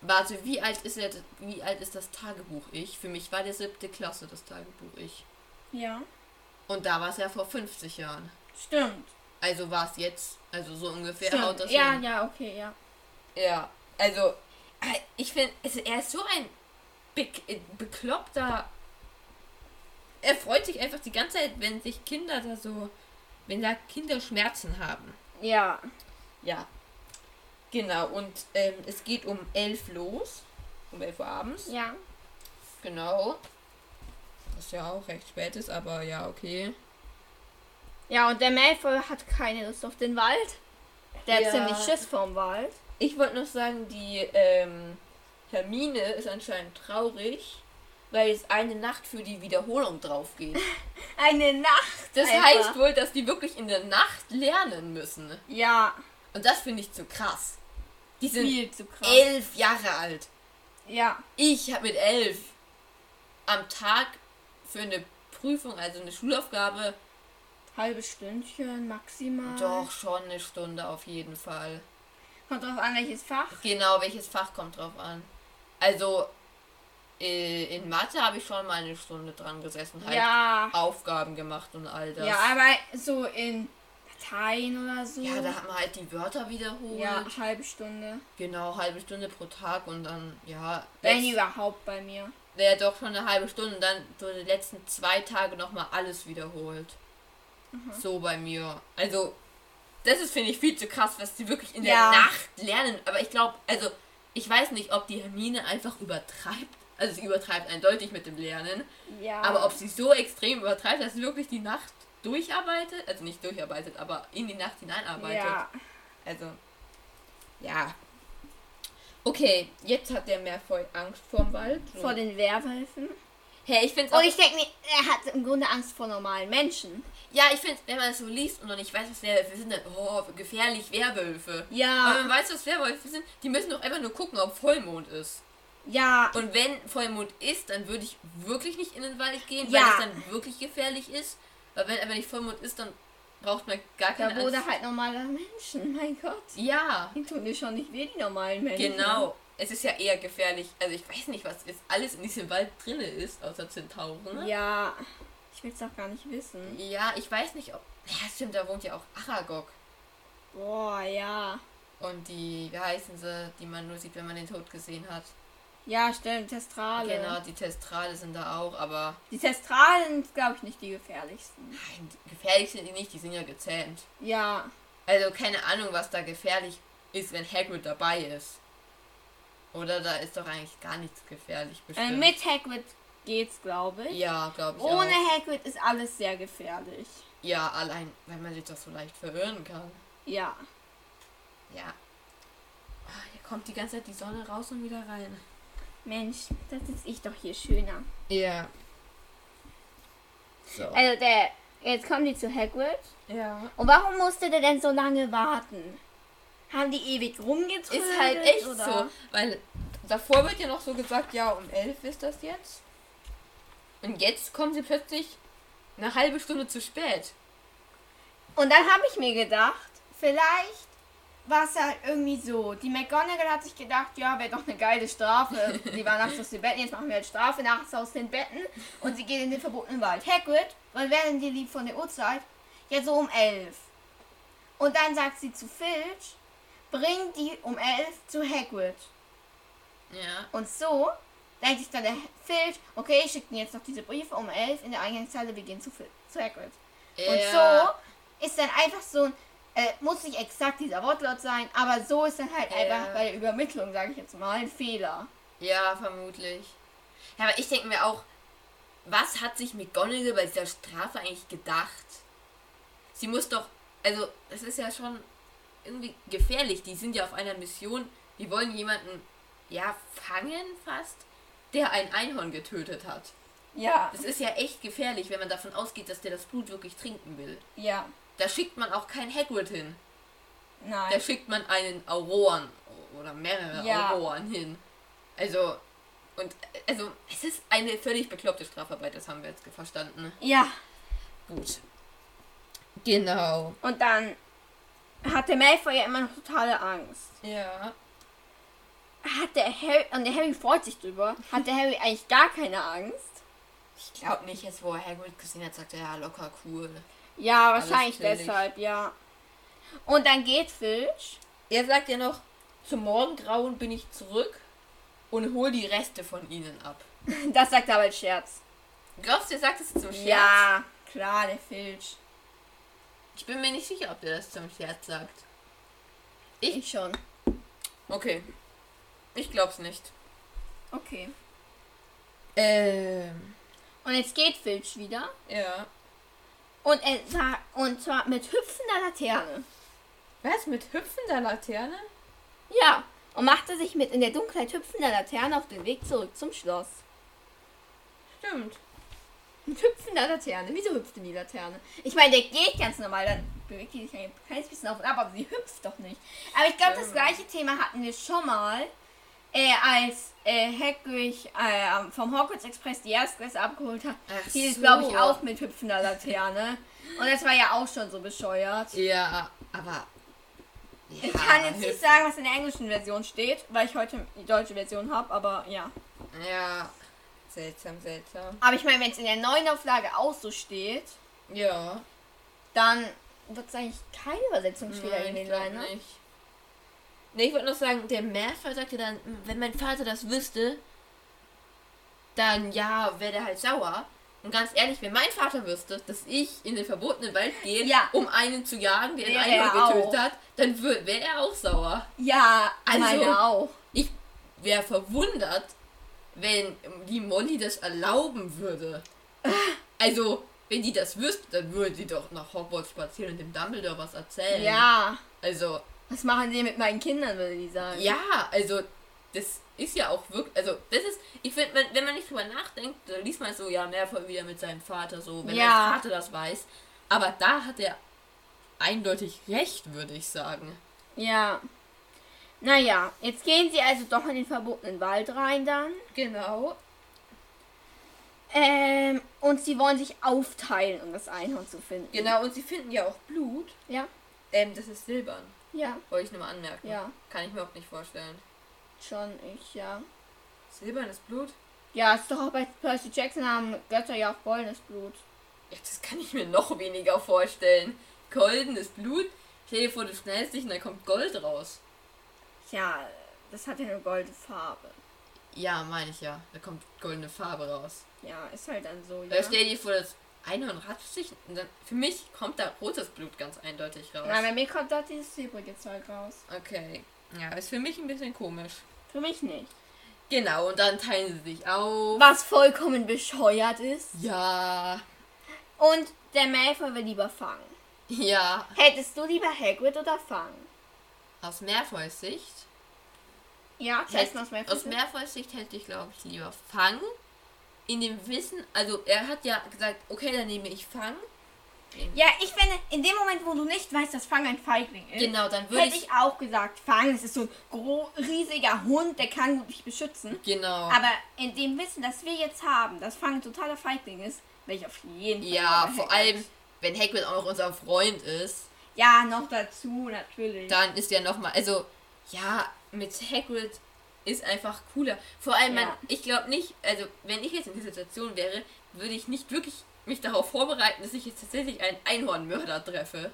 warte, wie alt ist er, wie alt ist das Tagebuch ich? Für mich war der siebte Klasse das Tagebuch ich.
Ja.
Und da war es ja vor 50 Jahren.
Stimmt.
Also war es jetzt, also so ungefähr
Stimmt.
haut das
ja,
hin.
ja, okay, ja.
Ja, also äh, ich finde, also er ist so ein be äh, bekloppter. Er freut sich einfach die ganze Zeit, wenn sich Kinder da so, wenn da Kinder Schmerzen haben.
Ja.
Ja. Genau, und ähm, es geht um elf los. Um elf Uhr abends.
Ja.
Genau. Was ja auch recht spät ist, aber ja, okay.
Ja, und der Malfoy hat keine Lust auf den Wald. Der
Ja.
hat ziemlich Schiss vorm Wald.
Ich wollte noch sagen, die ähm, Hermine ist anscheinend traurig, weil es eine Nacht für die Wiederholung drauf geht.
Eine Nacht.
Das
einfach.
heißt wohl, dass die wirklich in der Nacht lernen müssen.
Ja.
Und das finde ich zu krass. Die sind
Viel zu krass.
elf Jahre alt.
Ja.
Ich habe mit elf am Tag für eine Prüfung, also eine Schulaufgabe,
Halbes Stündchen maximal.
doch schon eine Stunde auf jeden Fall.
Kommt drauf an, welches Fach.
Genau, welches Fach kommt drauf an. Also äh, in Mathe habe ich schon mal eine Stunde dran gesessen, halt
Ja.
Aufgaben gemacht und all das.
Ja, aber so in Latein oder so.
ja, da halt. hat man halt die Wörter wiederholt.
Ja, halbe Stunde.
Genau, halbe Stunde pro Tag und dann, ja.
Wenn
letzt-
überhaupt bei mir.
Wäre doch schon eine halbe Stunde und dann so die letzten zwei Tage nochmal alles wiederholt.
Mhm.
So bei mir. Also, das ist, finde ich, viel zu krass, was die wirklich in
Ja.
der Nacht lernen. Aber ich glaube, also, ich weiß nicht, ob die Hermine einfach übertreibt. Also, sie übertreibt eindeutig mit dem Lernen.
Ja.
Aber ob sie so extrem übertreibt, dass sie wirklich die Nacht durcharbeitet. Also, nicht durcharbeitet, aber in die Nacht hineinarbeitet.
Ja.
Also, ja. Okay, jetzt hat der Merfoy Angst vorm Wald.
Vor Oh den Werwölfen.
Hey, ich find's auch,
Und ich denke mir, er hat im Grunde Angst vor normalen Menschen.
ja, ich find's, wenn man es so liest und noch nicht weiß, was Werwölfe sind, dann, oh, gefährlich Werwölfe.
Ja.
Aber wenn man weiß, was Werwölfe sind, die müssen doch einfach nur gucken, ob Vollmond ist.
Ja.
Und wenn Vollmond ist, dann würde ich wirklich nicht in den Wald gehen,
Ja.
weil es dann wirklich gefährlich ist. Weil wenn einfach nicht Vollmond ist, dann braucht man gar keine
Da wurde
Angst.
halt normale Menschen. [laughs] Mein Gott.
Ja,
Die tun dir schon nicht weh, die normalen Menschen.
genau. Es ist ja eher gefährlich. Also ich weiß nicht, was ist alles in diesem Wald drinne ist, außer Zentauren.
Ja. Ich will's doch gar nicht wissen.
Ja, ich weiß nicht, ob. Ja, stimmt, da wohnt ja auch Aragog.
Boah, ja.
Und die, wie heißen sie, die man nur sieht, wenn man den Tod gesehen hat.
Ja, stimmt. Testrale.
Genau, die Testrale sind da auch, aber
Die Testralen sind, glaube ich, nicht die gefährlichsten.
nein, gefährlich sind die nicht, die sind ja gezähmt.
Ja.
Also keine Ahnung, was da gefährlich ist, wenn Hagrid dabei ist. Oder da ist doch eigentlich gar nichts gefährlich
Äh,
bestimmt.
mit Hagrid geht's, glaube ich.
ja, glaube ich
Ohne
auch.
Hagrid ist alles sehr gefährlich.
Ja, allein, wenn man sich doch so leicht verirren kann.
Ja.
Ja. Ah, hier kommt die ganze Zeit die Sonne raus und wieder rein.
Mensch, das ist ich doch hier schöner.
Ja. So.
Also der Jetzt kommen die zu Hagrid.
Ja.
Und warum musste der denn so lange warten? Haben die ewig rumgetrödelt?
Ist halt echt
oder?
so. Weil davor wird ja noch so gesagt, ja, um elf ist das jetzt. Und jetzt kommen sie plötzlich eine halbe Stunde zu spät.
Und dann habe ich mir gedacht, vielleicht war es halt irgendwie so. Die McGonagall hat sich gedacht, ja, wäre doch eine geile Strafe. Die war nachts aus den Betten, jetzt machen wir halt Strafe nachts aus den Betten. Und sie geht in den verbotenen Wald. Hagrid, wann werden die lieb von der Uhrzeit? Ja, so um elf. Und dann sagt sie zu Filch, bring die um elf zu Hagrid.
Ja.
Und so denkt sich dann der Filch, okay, ich schicke jetzt noch diese Briefe um elf in der Eingangshalle, wir gehen zu, Fil- zu Hagrid. Und so ist dann einfach so ein, äh, muss nicht exakt dieser Wortlaut sein, aber so ist dann halt
Ja.
einfach bei der Übermittlung, sage ich jetzt mal, ein Fehler.
Ja, vermutlich. Ja, aber ich denke mir auch, was hat sich McGonagall bei dieser Strafe eigentlich gedacht? Sie muss doch, also es ist ja schon irgendwie gefährlich. Die sind ja auf einer Mission, die wollen jemanden, ja, fangen fast, der ein Einhorn getötet hat.
Ja,
Das ist ja echt gefährlich, wenn man davon ausgeht, dass der das Blut wirklich trinken will.
ja,
Da schickt man auch keinen Hagrid hin. Da
nein.
schickt man einen Auroren oder mehrere
Ja.
Auroren hin. Also, und also, es ist eine völlig bekloppte Strafarbeit, das haben wir jetzt verstanden.
Ja,
Gut. Genau.
und dann hat der Malfoy ja immer noch totale Angst.
Ja.
Hat der Harry, und der Harry freut sich [laughs] drüber, hat der Harry eigentlich gar keine Angst?
Ich glaube nicht, jetzt wo er Hagrid gesehen hat, sagt er ja locker cool.
Ja, wahrscheinlich
chillig.
deshalb, ja. Und dann geht Filch.
Er sagt ja noch, zum Morgengrauen bin ich zurück und hol die Reste von ihnen ab.
[laughs] Das sagt er aber als Scherz.
Glaubst du, er sagt es zum Scherz?
Ja, klar, der Filch.
Ich bin mir nicht sicher, ob der das zum Scherz sagt.
Ich schon.
Okay. Ich glaub's nicht.
Okay.
Ähm.
Und jetzt geht Filch wieder.
Ja.
Und er sah, und zwar mit hüpfender Laterne.
Was? Mit hüpfender Laterne?
Ja. Und machte sich mit in der Dunkelheit hüpfender Laterne auf den Weg zurück zum Schloss.
Stimmt.
Mit hüpfender Laterne. Wieso hüpft denn die Laterne? Ich meine, der geht ganz normal, dann bewegt die sich ein kleines bisschen auf und ab, aber sie hüpft doch nicht. Aber ich glaube, das
Stimmt.
gleiche Thema hatten wir schon mal, äh, als äh, Hagrid äh, vom Hogwarts Express die Erstklässler abgeholt hat.
Ach
Die ist,
so.
glaube ich, auch mit hüpfender Laterne. Und das war ja auch schon so bescheuert.
Ja, aber. Ja,
Ich kann jetzt
hüpf-
nicht sagen, was in der englischen Version steht, weil ich heute die deutsche Version habe, aber ja.
Ja. Seltsam, seltsam.
Aber ich meine, wenn es in der neuen Auflage auch so steht,
Ja.
dann wird es eigentlich kein Übersetzungsfehler
Nein, ich
gewesen
glaub
sein, ne?
nicht. Nee, ich wollte noch sagen, der Merfer sagte dann, wenn mein Vater das wüsste, dann ja, wäre der halt sauer. Und ganz ehrlich, wenn mein Vater wüsste, dass ich in den verbotenen Wald gehe,
Ja.
um einen zu jagen, der
Wäre
einen
er
getötet
auch.
hat, dann wäre er auch sauer.
Ja,
Also-
meine auch.
Ich wäre verwundert, wenn die Molly das erlauben würde. Also, wenn die das wüsste, dann würde die doch nach Hogwarts spazieren und dem Dumbledore was erzählen.
Ja.
Also,
Was machen die mit meinen Kindern, würde die sagen.
ja, also, das ist ja auch wirklich. Also, das ist. Ich finde, man- wenn man nicht drüber nachdenkt, dann liest man so, ja, Merfoy wieder mit seinem Vater, so, wenn
Ja.
mein Vater das weiß. Aber da hat er eindeutig recht, würde ich sagen.
Ja. Naja, jetzt gehen sie also doch in den verbotenen Wald rein dann.
Genau.
Ähm, und sie wollen sich aufteilen, um das Einhorn zu finden.
Genau, und sie finden ja auch Blut.
Ja,
Ähm, das ist silbern.
ja,
Wollte ich nur mal anmerken.
Ja.
Kann ich mir überhaupt nicht vorstellen.
schon ich, ja.
Silbernes Blut?
Ja, ist doch auch bei Percy Jackson haben Götter ja auch goldenes Blut.
Ja, das kann ich mir noch weniger vorstellen. Goldenes Blut? Stell dir vor, du schnellst dich und dann kommt Gold raus.
Tja, das hat ja eine goldene Farbe.
Ja, meine ich ja. Da kommt goldene Farbe raus.
Ja, ist halt dann so, ja.
Oder stell dir vor, das Einhorn ratscht sich und dann, für mich kommt da rotes Blut ganz eindeutig raus.
Nein, bei mir kommt dort dieses silbrige Zeug raus.
okay. Ja, ist für mich ein bisschen komisch.
Für mich nicht.
Genau, und dann teilen sie sich auf.
Was vollkommen bescheuert ist.
Ja.
Und der Malfoy will lieber fangen.
Ja.
Hättest du lieber Hagrid oder fangen?
Aus Merfoys Sicht
Ja,
Hätt-
zuerst mal aus meinem
aus Merfolds Sicht hätte ich, glaube ich, lieber Fang. In dem Wissen, also er hat ja gesagt, okay, dann nehme ich Fang.
Ja, ich finde, in dem Moment, wo du nicht weißt, dass Fang ein Feigling ist,
Genau, dann würde
hätte
ich.
ich auch gesagt, Fang, das ist so ein gro riesiger Hund, der kann gut dich beschützen.
Genau.
Aber in dem Wissen, das wir jetzt haben, dass Fang ein totaler Feigling ist, wäre ich auf jeden Fall.
ja,
dabei
vor
Hagrid.
allem, wenn Hagrid auch noch unser Freund ist,
Ja, noch dazu, natürlich.
dann ist ja nochmal. Also, ja, mit Hagrid ist einfach cooler. Vor allem, man,
Ja.
ich glaube nicht, also, wenn ich jetzt in dieser Situation wäre, würde ich nicht wirklich mich darauf vorbereiten, dass ich jetzt tatsächlich einen Einhornmörder treffe.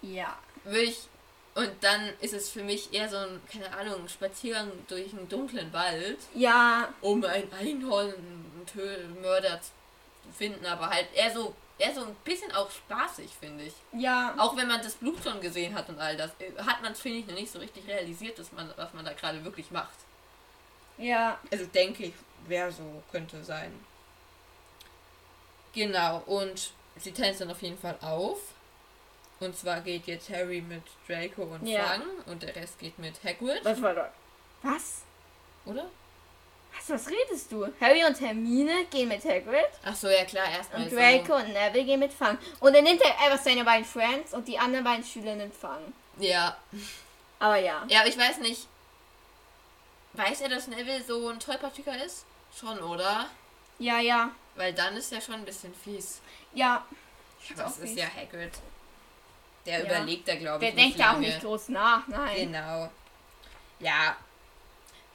ja.
würde ich. Und dann ist es für mich eher so ein, keine Ahnung, ein Spaziergang durch einen dunklen Wald,
Ja,
um einen Einhornmörder zu finden, aber halt eher so, eher so ein bisschen auch spaßig, finde ich.
ja.
Auch wenn man das Blut schon gesehen hat und all das, äh, hat man es, finde ich, noch nicht so richtig realisiert, dass man, was man da gerade wirklich macht.
Ja.
Also denke ich, wer so könnte sein. Genau, und sie tanzen auf jeden Fall auf. Und zwar geht jetzt Harry mit Draco und
Ja.
Fang und der Rest geht mit Hagrid,
Was war das? Was?
oder?
Was, was redest du? Harry und Hermine gehen mit Hagrid
Ach so, ja klar, erstmal.
und
so-
Draco und Neville gehen mit Fang. Und dann nimmt er einfach seine beiden Friends und die anderen beiden Schüler nimmt Fang.
Ja.
Aber ja.
Ja, aber ich weiß nicht. Weiß er, dass Neville so ein Tollpatiker ist? Schon, oder?
Ja, ja.
Weil dann ist er schon ein bisschen fies.
Ja.
Aber
auch
es ist
fies.
ja Hagrid. Der
Ja.
überlegt da, glaube ich.
Der denkt da
da
auch nicht groß nach, nein.
Genau. Ja.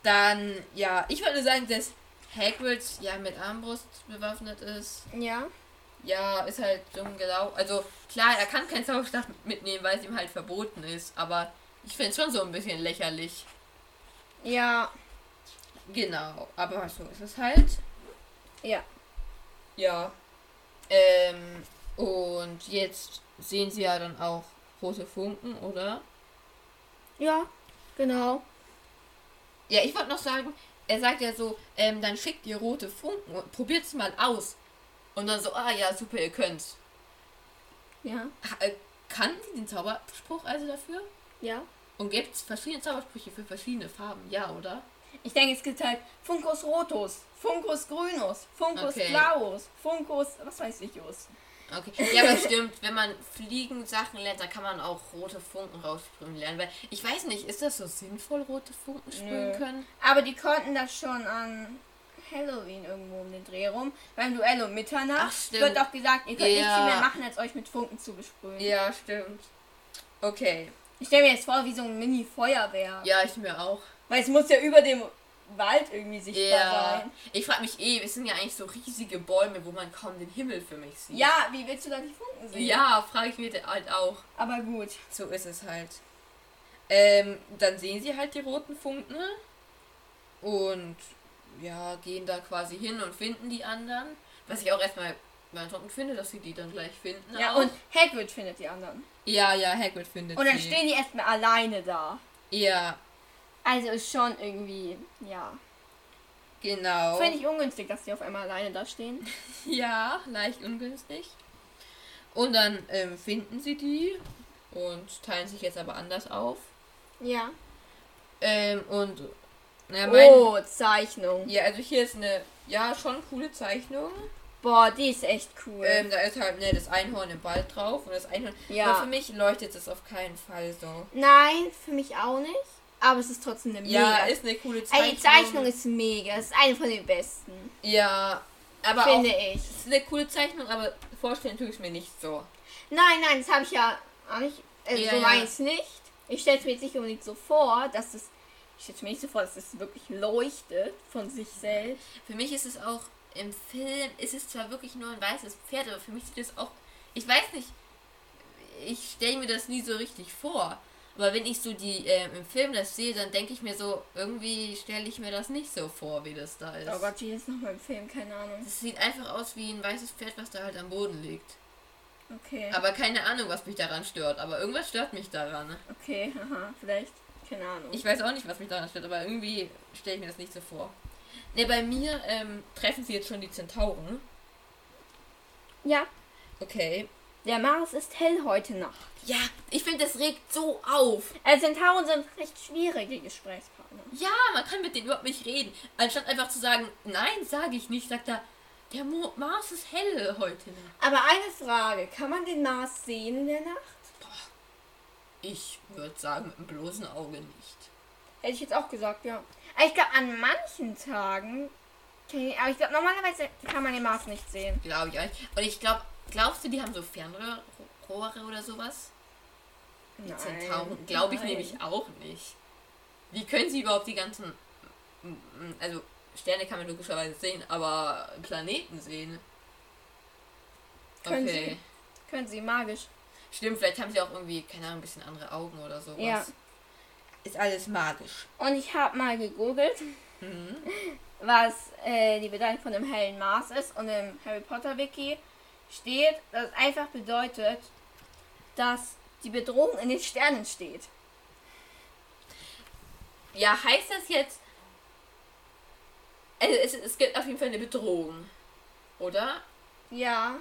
Dann, ja, ich würde sagen, dass Hagrid ja mit Armbrust bewaffnet ist.
Ja.
Ja, ist halt dumm gelaufen. Also, klar, er kann keinen Zauberstab mitnehmen, weil es ihm halt verboten ist. Aber ich finde es schon so ein bisschen lächerlich.
Ja.
Genau, aber so ist es halt.
Ja.
Ja. Ähm, und jetzt sehen sie ja dann auch rote Funken, oder?
Ja. Genau.
Ja, ich wollte noch sagen, er sagt ja so, ähm, dann schickt ihr rote Funken und probiert's mal aus. Und dann so, ah ja, super, ihr könnt's.
Ja.
Ha- äh, Kannten die den Zauberspruch also dafür?
Ja.
Und gibt's verschiedene Zaubersprüche für verschiedene Farben, ja, oder?
Ich denke, es gibt halt Funkus Rotus, Funkus Grünus, Funkus
Okay.
Blaus, Funkus, was weiß ich, Jus.
Okay. Ja, aber stimmt, wenn man fliegen Sachen lernt, dann kann man auch rote Funken raussprühen lernen. Weil ich weiß nicht, ist das so sinnvoll, rote Funken sprühen
Nö.
können?
Aber die konnten das schon an Halloween irgendwo um den Dreh rum. Beim Duell um Mitternacht
Ach, stimmt.
wird auch gesagt, ihr könnt
Ja.
nichts mehr machen, als euch mit Funken zu besprühen.
Ja, stimmt. Okay.
Ich stelle mir jetzt vor, wie so ein Mini-Feuerwehr.
Ja, ich mir auch.
Weil es muss ja über dem Wald irgendwie sichtbar
Ja.
sein.
Ich frage mich eh, es sind ja eigentlich so riesige Bäume, wo man kaum den Himmel für mich sieht.
Ja, wie willst du da die Funken sehen?
Ja, frage ich mir halt auch.
Aber gut.
So ist es halt. Ähm, dann sehen sie halt die roten Funken und ja, gehen da quasi hin und finden die anderen. Was ich auch erstmal beeindruckend finde, dass sie die dann gleich finden.
Ja,
auch.
und Hagrid findet die anderen.
ja, ja, Hagrid findet
Und dann
sie.
stehen die erstmal alleine da.
Ja,
Also ist schon irgendwie, ja.
genau.
Finde ich ungünstig, dass die auf einmal alleine da
[laughs]
stehen.
Ja, leicht ungünstig. Und dann ähm, finden sie die und teilen sich jetzt aber anders auf.
Ja.
Ähm, und na, mein,
Oh, Zeichnung.
ja, also hier ist eine ja schon coole Zeichnung.
Boah, die ist echt cool.
Ähm, da ist halt ne, das Einhorn im Ball drauf und das Einhorn.
Ja.
Aber für mich leuchtet es auf keinen Fall so.
Nein, für mich auch nicht. Aber es ist trotzdem eine
Ja,
mega.
ist eine coole Zeichnung.
also die Zeichnung ist mega. Es ist eine von den besten.
ja, aber
finde
auch,
ich.
es ist eine coole Zeichnung, aber vorstellen tue ich mir nicht so.
Nein, nein, das habe ich ja auch nicht. Also
Ja,
so
ja.
meine ich's nicht. Ich stelle es mir jetzt nicht unbedingt so vor, dass es. Ich stelle mir nicht so vor, dass es wirklich leuchtet von sich selbst.
Für mich ist es auch im Film, ist es zwar wirklich nur ein weißes Pferd, aber für mich sieht es auch, ich weiß nicht, ich stelle mir das nie so richtig vor. Aber wenn ich so die ähm, im Film das sehe, dann denke ich mir so, irgendwie stelle ich mir das nicht so vor, wie das da ist.
Oh Gott, wie ist nochmal im Film? Keine Ahnung.
Es sieht einfach aus wie ein weißes Pferd, was da halt am Boden liegt.
Okay.
Aber keine Ahnung, was mich daran stört. Aber irgendwas stört mich daran. ne?
Okay, haha, vielleicht. Keine Ahnung.
Ich weiß auch nicht, was mich daran stört, aber irgendwie stelle ich mir das nicht so vor. Ne, bei mir ähm, treffen sie jetzt schon die Zentauren.
ja,
Okay.
der Mars ist hell heute Nacht.
Ja, ich finde, das regt so auf.
Also Zentauren sind recht schwierige Gesprächspartner.
Ja, man kann mit denen überhaupt nicht reden. Anstatt einfach zu sagen, nein, sage ich nicht, sagt er, Der Mo Mars ist hell heute. Nacht.
Aber eine Frage, kann man den Mars sehen in der Nacht?
Ich würde sagen, mit dem bloßen Auge nicht.
Hätte ich jetzt auch gesagt, ja. Aber ich glaube, an manchen Tagen. kann ich- Aber ich glaube, normalerweise kann man den Mars nicht sehen.
Glaube ich eigentlich. Und ich glaube, glaubst du, die haben so Fernrohre oder sowas? Die Zentauren? Glaube ich
Nein.
nämlich auch nicht. Wie können sie überhaupt die ganzen. m- m- Also, Sterne kann man logischerweise sehen, aber Planeten sehen.
Können
Okay.
Können sie, magisch.
Stimmt, vielleicht haben sie auch irgendwie, keine Ahnung, ein bisschen andere Augen oder sowas.
Ja.
Ist alles magisch.
Und ich habe mal gegoogelt,
Mhm.
was äh, die Bedeutung von dem hellen Mars ist. Und im Harry Potter Wiki steht, dass es einfach bedeutet, dass die Bedrohung in den Sternen steht.
Ja, heißt das jetzt. Also es, es gibt auf jeden Fall eine Bedrohung. Oder?
Ja,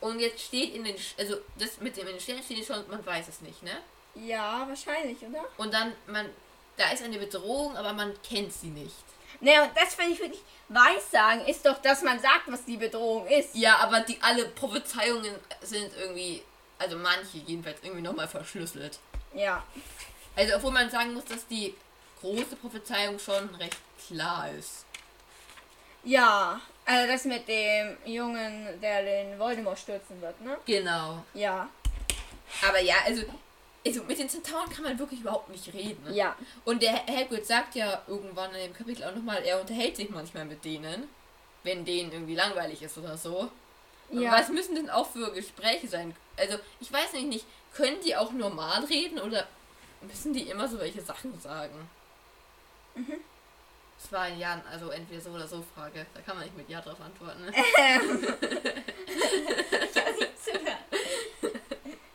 Und jetzt steht in den. Sch- Also, das mit dem in den Sternen steht jetzt schon, man weiß es nicht, ne?
ja, wahrscheinlich, oder?
Und dann, man. Da ist eine Bedrohung, aber man kennt sie nicht.
Ne, und das finde ich wirklich weissagen, ist doch, dass man sagt, was die Bedrohung ist.
Ja, aber die alle Prophezeiungen sind irgendwie. Also manche jedenfalls irgendwie nochmal verschlüsselt.
Ja.
Also, obwohl man sagen muss, dass die große Prophezeiung schon recht klar ist.
Ja, also das mit dem Jungen, der den Voldemort stürzen wird, ne?
Genau.
Ja.
Aber ja, also, also mit den Zentauren kann man wirklich überhaupt nicht reden.
Ja.
Und der Hagrid sagt ja irgendwann in dem Kapitel auch nochmal, er unterhält sich manchmal mit denen, wenn denen irgendwie langweilig ist oder so.
Ja.
Was müssen denn auch für Gespräche sein? Also, ich weiß nämlich nicht, können die auch normal reden oder müssen die immer so welche Sachen sagen? Es war ein Ja, also entweder so oder so Frage. Da kann man nicht mit Ja drauf antworten. Ne?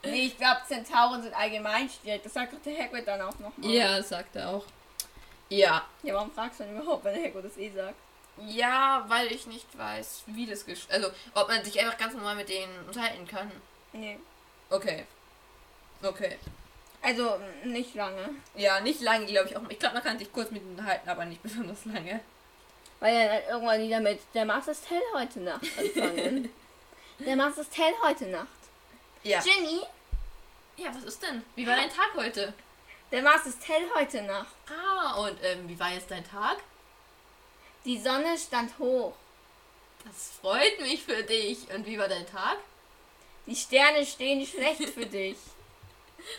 nee, ich glaube, Zentauren sind allgemein schwierig. Das sagt doch der Hagrid dann auch nochmal.
ja, sagt er auch. Ja.
Ja, warum fragst du denn überhaupt, wenn der Hagrid das eh sagt?
Ja, weil ich nicht weiß, wie das gesch... Also, ob man sich einfach ganz normal mit denen unterhalten kann.
Nee.
Okay. Okay.
Also, m, nicht lange.
Ja, nicht lange, glaube ich auch. Ich glaube, man kann sich kurz mit ihnen halten, aber nicht besonders lange.
Weil dann halt irgendwann wieder mit, der Mars ist hell heute Nacht [laughs] anfangen. der Mars ist hell heute Nacht.
Ja.
Ginny,
Ja, was ist denn? Wie war dein Tag heute?
der Mars ist hell heute Nacht.
Ah, und ähm, wie war jetzt dein Tag?
Die Sonne stand hoch.
Das freut mich für dich. Und wie war dein Tag?
Die Sterne stehen schlecht
[laughs]
für dich.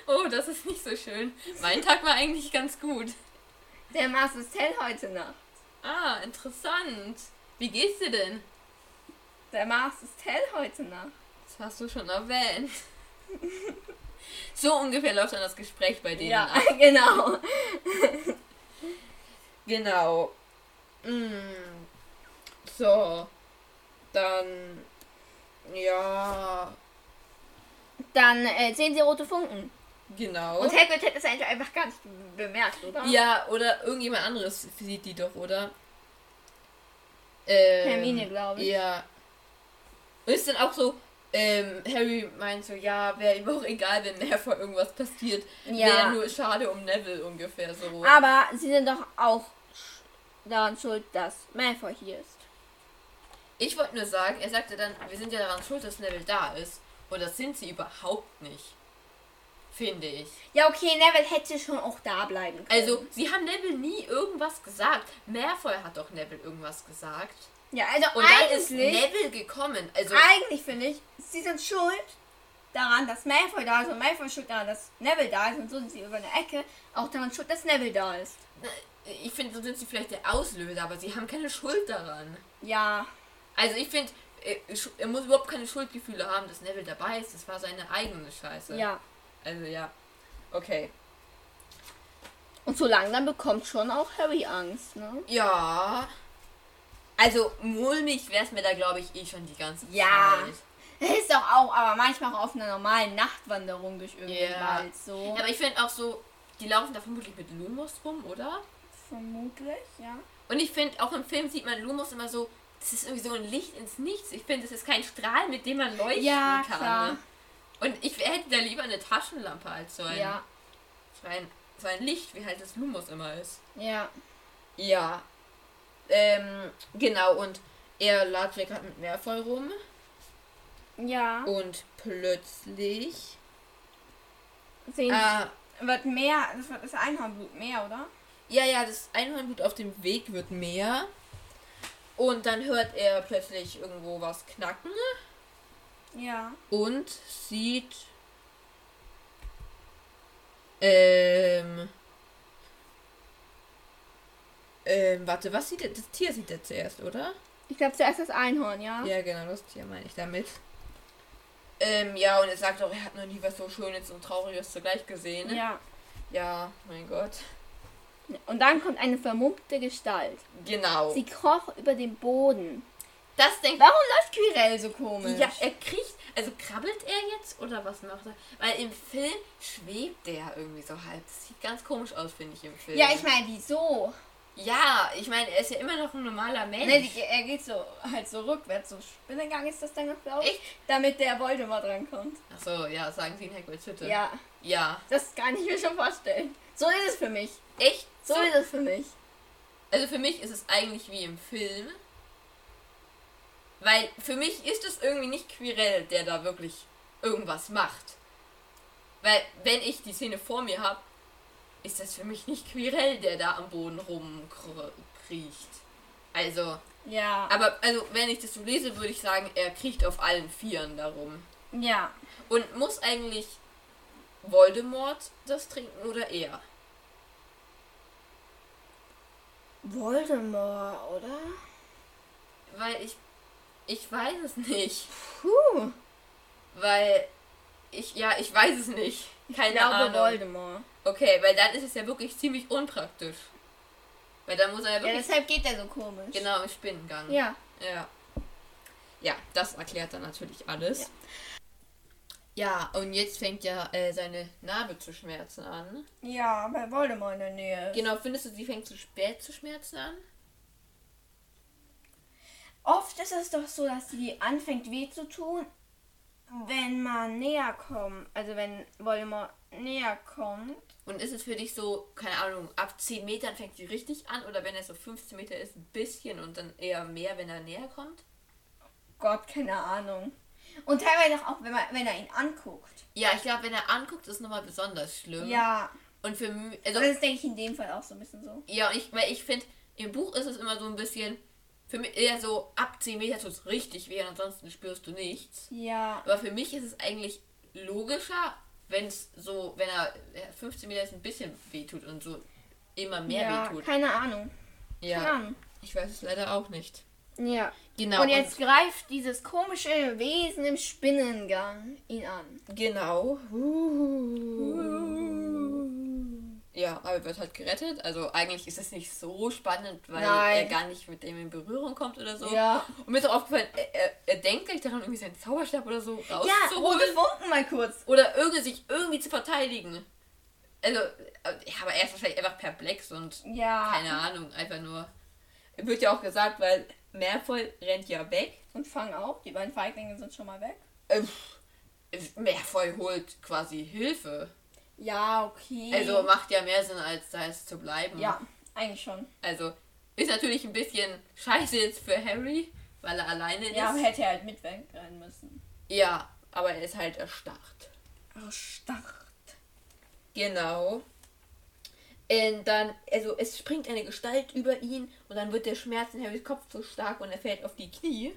Oh, das ist nicht so schön. Mein Tag war eigentlich ganz gut.
Der Mars ist hell heute Nacht.
Ah, interessant. Wie geht's dir denn?
Der Mars ist hell heute Nacht.
Das hast du schon [laughs] erwähnt. So ungefähr läuft dann das Gespräch bei denen
Ja,
ab.
[laughs] genau.
Genau. Mm. So. Dann. Ja.
Dann äh, sehen sie rote Funken.
Genau.
Und Hagrid hätte es eigentlich einfach gar nicht be- bemerkt, oder?
ja, oder irgendjemand anderes sieht die doch, oder? Ähm,
Hermine, glaube ich.
Ja. Und ist dann auch so, ähm, Harry meint so, ja, wäre ihm auch egal, wenn Malfoy irgendwas passiert.
Ja. Ah.
Wäre nur schade um Neville ungefähr so.
Aber sie sind doch auch sch- daran schuld, dass Malfoy hier ist.
Ich wollte nur sagen, er sagte dann, wir sind ja daran schuld, dass Neville da ist. Und das sind sie überhaupt nicht. Finde ich.
Ja, okay, Neville hätte schon auch da bleiben können.
Also, sie haben Neville nie irgendwas gesagt. Malfoy hat doch Neville irgendwas gesagt.
ja, also
Und dann
eigentlich,
ist Neville gekommen. Also,
eigentlich finde ich, sie sind schuld daran, dass Malfoy da ist und Malfoy ist schuld daran, dass Neville da ist und so sind sie über eine Ecke auch daran schuld, dass Neville da ist.
ich finde, so sind sie vielleicht der Auslöser, aber sie haben keine Schuld daran.
Ja,
Also, ich finde, er- er muss überhaupt keine Schuldgefühle haben, dass Neville dabei ist. Das war seine eigene Scheiße.
ja.
Also, ja. Okay.
Und so langsam bekommt schon auch Harry Angst, ne?
Ja. Also, mulmig wär's mir da, glaube ich, eh schon die ganze
Ja.
Zeit.
Ist doch auch, aber manchmal auch auf einer normalen Nachtwanderung durch irgendeinen
Ja.
Wald so.
Ja, aber ich finde auch so, die laufen da vermutlich mit Lumos rum, oder?
Vermutlich, ja.
Und ich finde, auch im Film sieht man Lumos immer so, das ist irgendwie so ein Licht ins Nichts. Ich finde, das ist kein Strahl, mit dem man leuchten
Ja,
kann.
klar.
Ne? Und ich hätte da lieber eine Taschenlampe als so ein,
Ja,
so ein, so ein Licht, wie halt das Lumos immer ist.
ja.
Ja. Ähm, genau, und er lag gerade mit Meerfall rum
Ja.
und plötzlich
Sehen
ah,
wird mehr, das wird das Einhornblut mehr, oder?
Ja, ja, das Einhornblut auf dem Weg wird mehr. Und dann hört er plötzlich irgendwo was knacken
Ja.
und sieht. Ähm. Ähm, warte, was sieht er? Das Tier sieht er zuerst, oder?
Ich glaube zuerst das Einhorn, ja?
Ja, genau, das Tier meine ich damit. Ähm, ja, und er sagt auch, er hat noch nie was so Schönes und Trauriges zugleich gesehen. ne?
Ja.
ja mein Gott.
Und dann kommt eine vermummte Gestalt.
Genau.
Sie kroch über den Boden.
das denkt
Warum läuft Quirrell so komisch?
Ja, er kriecht. Also krabbelt er jetzt oder was macht er? Weil im Film schwebt er irgendwie so halb. Das sieht ganz komisch aus, finde ich im Film.
ja ich meine, wieso?
Ja, ich meine, er ist ja immer noch ein normaler Mensch.
Ne, die, er geht so halt so rückwärts, so Spinnengang ist das dann, glaube ich.
Echt?
Damit der Voldemort rankommt.
Achso, ja, sagen Sie in Hagrid's Hütte.
Ja,
Ja.
das kann ich mir schon vorstellen. So ist es für mich.
Echt?
So ist es für mich.
Also für mich ist es eigentlich wie im Film. Weil für mich ist es irgendwie nicht Quirrell, der da wirklich irgendwas macht. Weil wenn ich die Szene vor mir habe, ist das für mich nicht Quirrell, der da am Boden rumkriecht. Also,
Ja.
aber also wenn ich das so lese, würde ich sagen, er kriecht auf allen Vieren darum.
ja.
Und muss eigentlich Voldemort das trinken oder er?
Voldemort, oder?
Weil ich ich weiß es nicht.
Puh.
Weil ich, ja, ich weiß es nicht. Keine
ich glaube
Ahnung.
Voldemort.
Okay, weil dann ist es ja wirklich ziemlich unpraktisch. Weil dann muss er ja
Ja,
wirklich
deshalb geht er so komisch.
genau im Spinnengang.
Ja.
ja. Ja, das erklärt dann natürlich alles. Ja, und jetzt fängt ja äh, seine Narbe zu schmerzen an.
Ja, weil Voldemort in der Nähe ist.
Genau, findest du, sie fängt zu spät zu schmerzen an?
Oft ist es doch so, dass sie anfängt weh zu tun, wenn man näher kommt. Also wenn Voldemort näher kommt.
Und ist es für dich so, keine Ahnung, ab 10 Metern fängt sie richtig an oder wenn er so 15 Meter ist, ein bisschen und dann eher mehr, wenn er näher kommt?
Gott, keine Ahnung. Und teilweise auch, wenn, man, wenn er ihn anguckt.
Ja, ich glaube, wenn er anguckt, ist nochmal besonders schlimm.
Ja.
Und für mich, also,
Das ist, denke ich, in dem Fall auch so ein bisschen so.
ja, ich, weil ich finde, im Buch ist es immer so ein bisschen, für mich eher so ab 10 Meter tut es richtig weh und ansonsten spürst du nichts.
Ja.
Aber für mich ist es eigentlich logischer, wenn es so, wenn er äh, 15 Meter ist, ein bisschen weh tut und so immer mehr
ja,
weh tut.
keine Ahnung. Keine
Ja,
Ahnung.
ich weiß es leider auch nicht.
Ja.
Genau.
und jetzt greift dieses komische Wesen im Spinnengang ihn an.
genau. Uh. Ja, aber er wird halt gerettet. Also eigentlich ist es nicht so spannend, weil
Nein.
er gar nicht mit dem in Berührung kommt oder so.
Ja.
Und mir ist auch aufgefallen, er, er, er denkt gleich daran, irgendwie seinen Zauberstab oder so
Ja, rote
rauszuholen.
Funken mal kurz.
oder irgendwie sich irgendwie zu verteidigen. Also, äh, ja, aber er ist wahrscheinlich einfach perplex und
Ja.
keine Ahnung, einfach nur. Wird ja auch gesagt, weil Mervoll rennt ja weg.
Und fang auch. Die beiden Feiglinge sind schon mal weg.
Ähm, Mervoll holt quasi Hilfe.
Ja, okay.
Also macht ja mehr Sinn, als da jetzt zu bleiben.
Mhm. ja, eigentlich schon.
Also ist natürlich ein bisschen scheiße jetzt für Harry, weil er alleine
Ja, aber
ist.
hätte er halt mit wegrennen müssen.
Ja, aber er ist halt erstarrt.
Oh, starrt.
Genau. Und dann, also es springt eine Gestalt über ihn und dann wird der Schmerz in Harrys Kopf so stark und er fällt auf die Knie.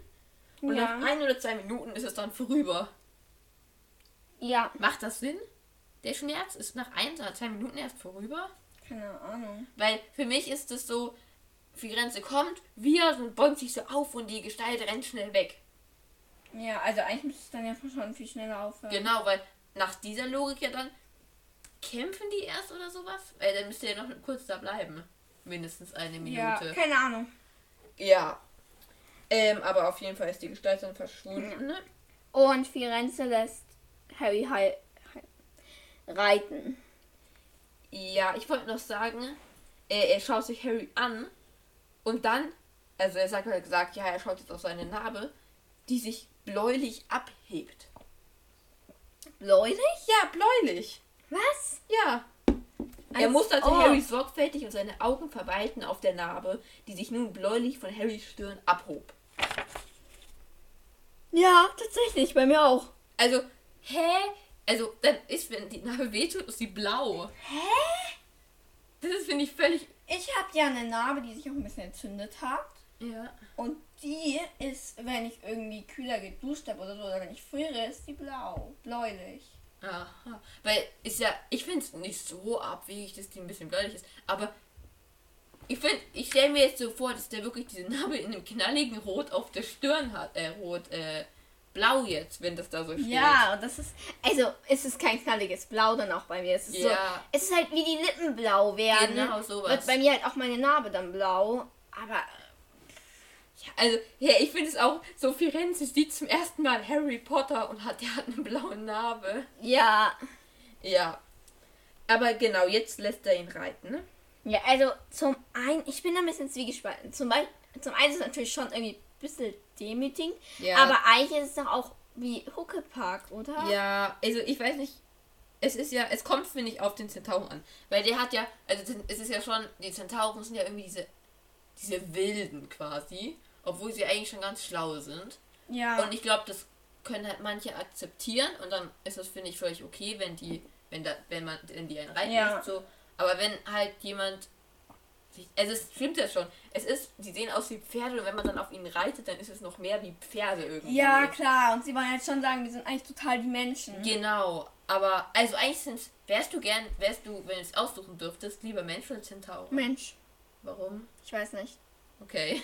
Und
Ja.
nach ein oder zwei Minuten ist es dann vorüber.
Ja.
Macht das Sinn? Der Schmerz ist nach ein oder zwei Minuten erst vorüber?
Keine Ahnung.
Weil für mich ist es so, die Grenze kommt, wir und bäumt sich so auf und die Gestalt rennt schnell weg.
Ja, also eigentlich müsste es dann ja schon viel schneller aufhören.
Genau, weil nach dieser Logik ja dann kämpfen die erst oder sowas? Weil dann müsst ihr ja noch kurz da bleiben. Mindestens eine
ja,
Minute.
keine Ahnung.
Ja. Ähm, aber auf jeden Fall ist die Gestalt dann verschwunden. Ne?
Und Firenze lässt Harry heil, heil reiten.
Ja, ich wollte noch sagen, äh, er, er schaut sich Harry an und dann, also er sagt, er hat gesagt, ja, er schaut jetzt auf seine Narbe, die sich bläulich abhebt.
Bläulich?
Ja, bläulich.
Was?
Ja. Er
Als
musste also
ob.
Harry sorgfältig und seine Augen verweilten auf der Narbe, die sich nun bläulich von Harrys Stirn abhob.
Ja, tatsächlich, bei mir auch.
Also, hä? Also, dann ist, wenn die Narbe wehtut, ist sie blau.
Hä?
Das ist, finde ich, völlig.
Ich habe ja eine Narbe, die sich auch ein bisschen entzündet hat.
Ja.
Und die ist, wenn ich irgendwie kühler geduscht habe oder so, oder wenn ich friere, ist die blau. Bläulich.
Aha. Weil, ist ja. Ich finde es nicht so abwegig, dass die ein bisschen bläulich ist. Aber ich finde, ich stelle mir jetzt so vor, dass der wirklich diese Narbe in einem knalligen Rot auf der Stirn hat. Äh, rot, äh, blau jetzt, wenn das da so steht.
Ja, und das ist. Also, es ist kein knalliges Blau dann auch bei mir. Es ist so.
Ja.
Es ist halt wie die Lippen blau werden.
Genau, sowas.
Wird bei mir halt auch meine Narbe dann blau. Aber
Also, ja, ich finde es auch, so Firenze sieht zum ersten Mal Harry Potter und hat, der hat eine blaue Narbe.
ja.
Ja. Aber genau, jetzt lässt er ihn reiten, ne?
Ja, also zum einen, ich bin da ein bisschen zwiegespalten. Zum, Beispiel, zum einen ist es natürlich schon irgendwie ein bisschen demütigend.
Ja.
Aber eigentlich ist es doch auch wie Huckepark, oder?
Ja, also ich weiß nicht. Es ist ja, es kommt, finde ich, auf den Zentauren an. Weil der hat ja, also den- es ist ja schon, die Zentauren sind ja irgendwie diese, diese Wilden quasi. Obwohl sie eigentlich schon ganz schlau sind.
Ja.
Und ich glaube, das können halt manche akzeptieren und dann ist das, finde ich, völlig okay, wenn die, wenn da, wenn man, wenn die einen reiten
Ja.
lässt, so. Aber wenn halt jemand sich, also es stimmt ja schon, es ist, die sehen aus wie Pferde und wenn man dann auf ihnen reitet, dann ist es noch mehr wie Pferde irgendwie.
ja, klar. Und sie wollen jetzt schon sagen, wir sind eigentlich total die Menschen.
Genau, aber, also eigentlich sind's, wärst du gern, wärst du, wenn du es aussuchen dürftest, lieber Mensch oder Zentaur?
Mensch,
Warum?
ich weiß nicht.
Okay.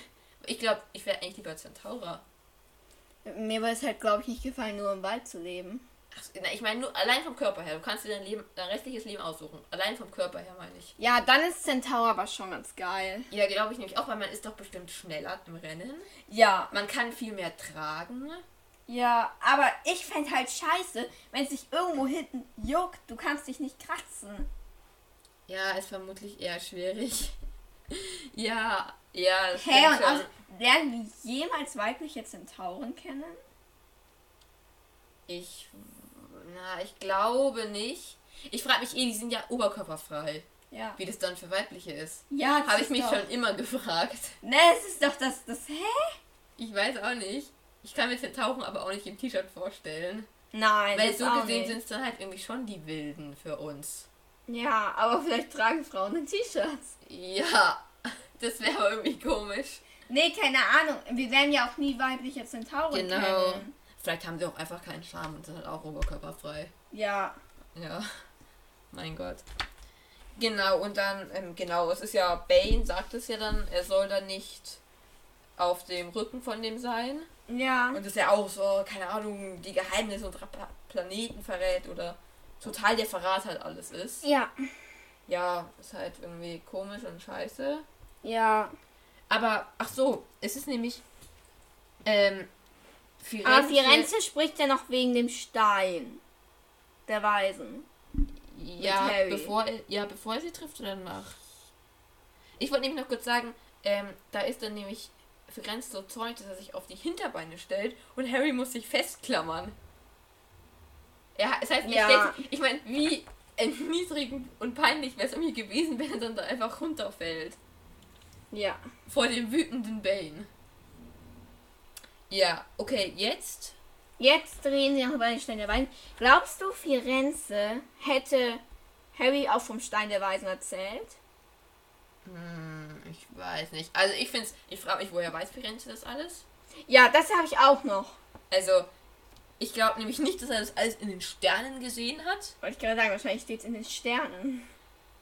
Ich glaube, ich wäre eigentlich lieber Zentaurer.
Mir würde es halt, glaube ich, nicht gefallen, nur im Wald zu leben.
Ach, na, ich meine, nur allein vom Körper her. Du kannst dir dein, Leben, dein restliches Leben aussuchen. Allein vom Körper her, meine ich.
Ja, dann ist Centaur aber schon ganz geil.
Ja, glaube ich nämlich auch, weil man ist doch bestimmt schneller im Rennen.
Ja,
Man kann viel mehr tragen.
ja, aber ich fände halt scheiße, wenn es dich irgendwo hinten juckt. Du kannst dich nicht kratzen.
Ja, ist vermutlich eher schwierig. [laughs] ja, ja. das
Hä,
stimmt
und
schon.
also, lernen wir jemals weibliche Zentauren kennen?
Ich, na, ich glaube nicht. Ich frage mich eh, die sind ja oberkörperfrei.
Ja.
Wie das dann für weibliche ist.
Ja, das
Habe ich
ist
mich
doch,
schon immer [laughs] gefragt.
Ne, es ist doch das, das, hä?
Ich weiß auch nicht. Ich kann mir Tauchen aber auch nicht im T-Shirt vorstellen.
Nein,
Weil
das
so
auch
gesehen
nicht.
sind es dann halt irgendwie schon die Wilden für uns.
Ja, aber vielleicht tragen Frauen in T-Shirts.
Ja, [laughs] das wäre aber irgendwie komisch.
Nee, keine Ahnung. Wir werden ja auch nie weibliche Zentauren
Genau.
kennen.
Vielleicht haben sie auch einfach keinen Charme und sind halt auch oberkörperfrei.
Ja.
Ja, mein Gott. Genau, und dann, ähm, genau, es ist ja, Bane sagt es ja dann, er soll dann nicht auf dem Rücken von dem sein.
Ja.
Und das ist ja auch so, keine Ahnung, die Geheimnisse unserer Pla Planeten verrät oder total der Verrat halt alles ist.
ja.
Ja, ist halt irgendwie komisch und scheiße.
Ja.
Aber, ach so, es ist nämlich, ähm, Firenze,
Aber Ah, Firenze spricht ja noch wegen dem Stein. Der Weisen.
Ja,
Mit Harry.
bevor, er- ja, bevor er sie trifft oder danach? Ich wollte nämlich noch kurz sagen, ähm, da ist dann nämlich Firenze so zornig, dass er sich auf die Hinterbeine stellt und Harry muss sich festklammern. Ja, es heißt,
Ja.
er stellt sich, ich meine, wie erniedrigend und peinlich wäre es irgendwie gewesen, wenn er dann da einfach runterfällt.
Ja.
Vor dem wütenden Bane. Ja, okay, jetzt
Jetzt reden sie noch über den Stein der Weisen. Glaubst du, Firenze hätte Harry auch vom Stein der Weisen erzählt?
Hm, Ich weiß nicht. Also ich finde ich frage mich, woher weiß Firenze das alles?
Ja, das habe ich auch noch.
Also, ich glaube nämlich nicht, dass er das alles in den Sternen gesehen hat.
Wollte ich gerade sagen, wahrscheinlich steht es in den Sternen.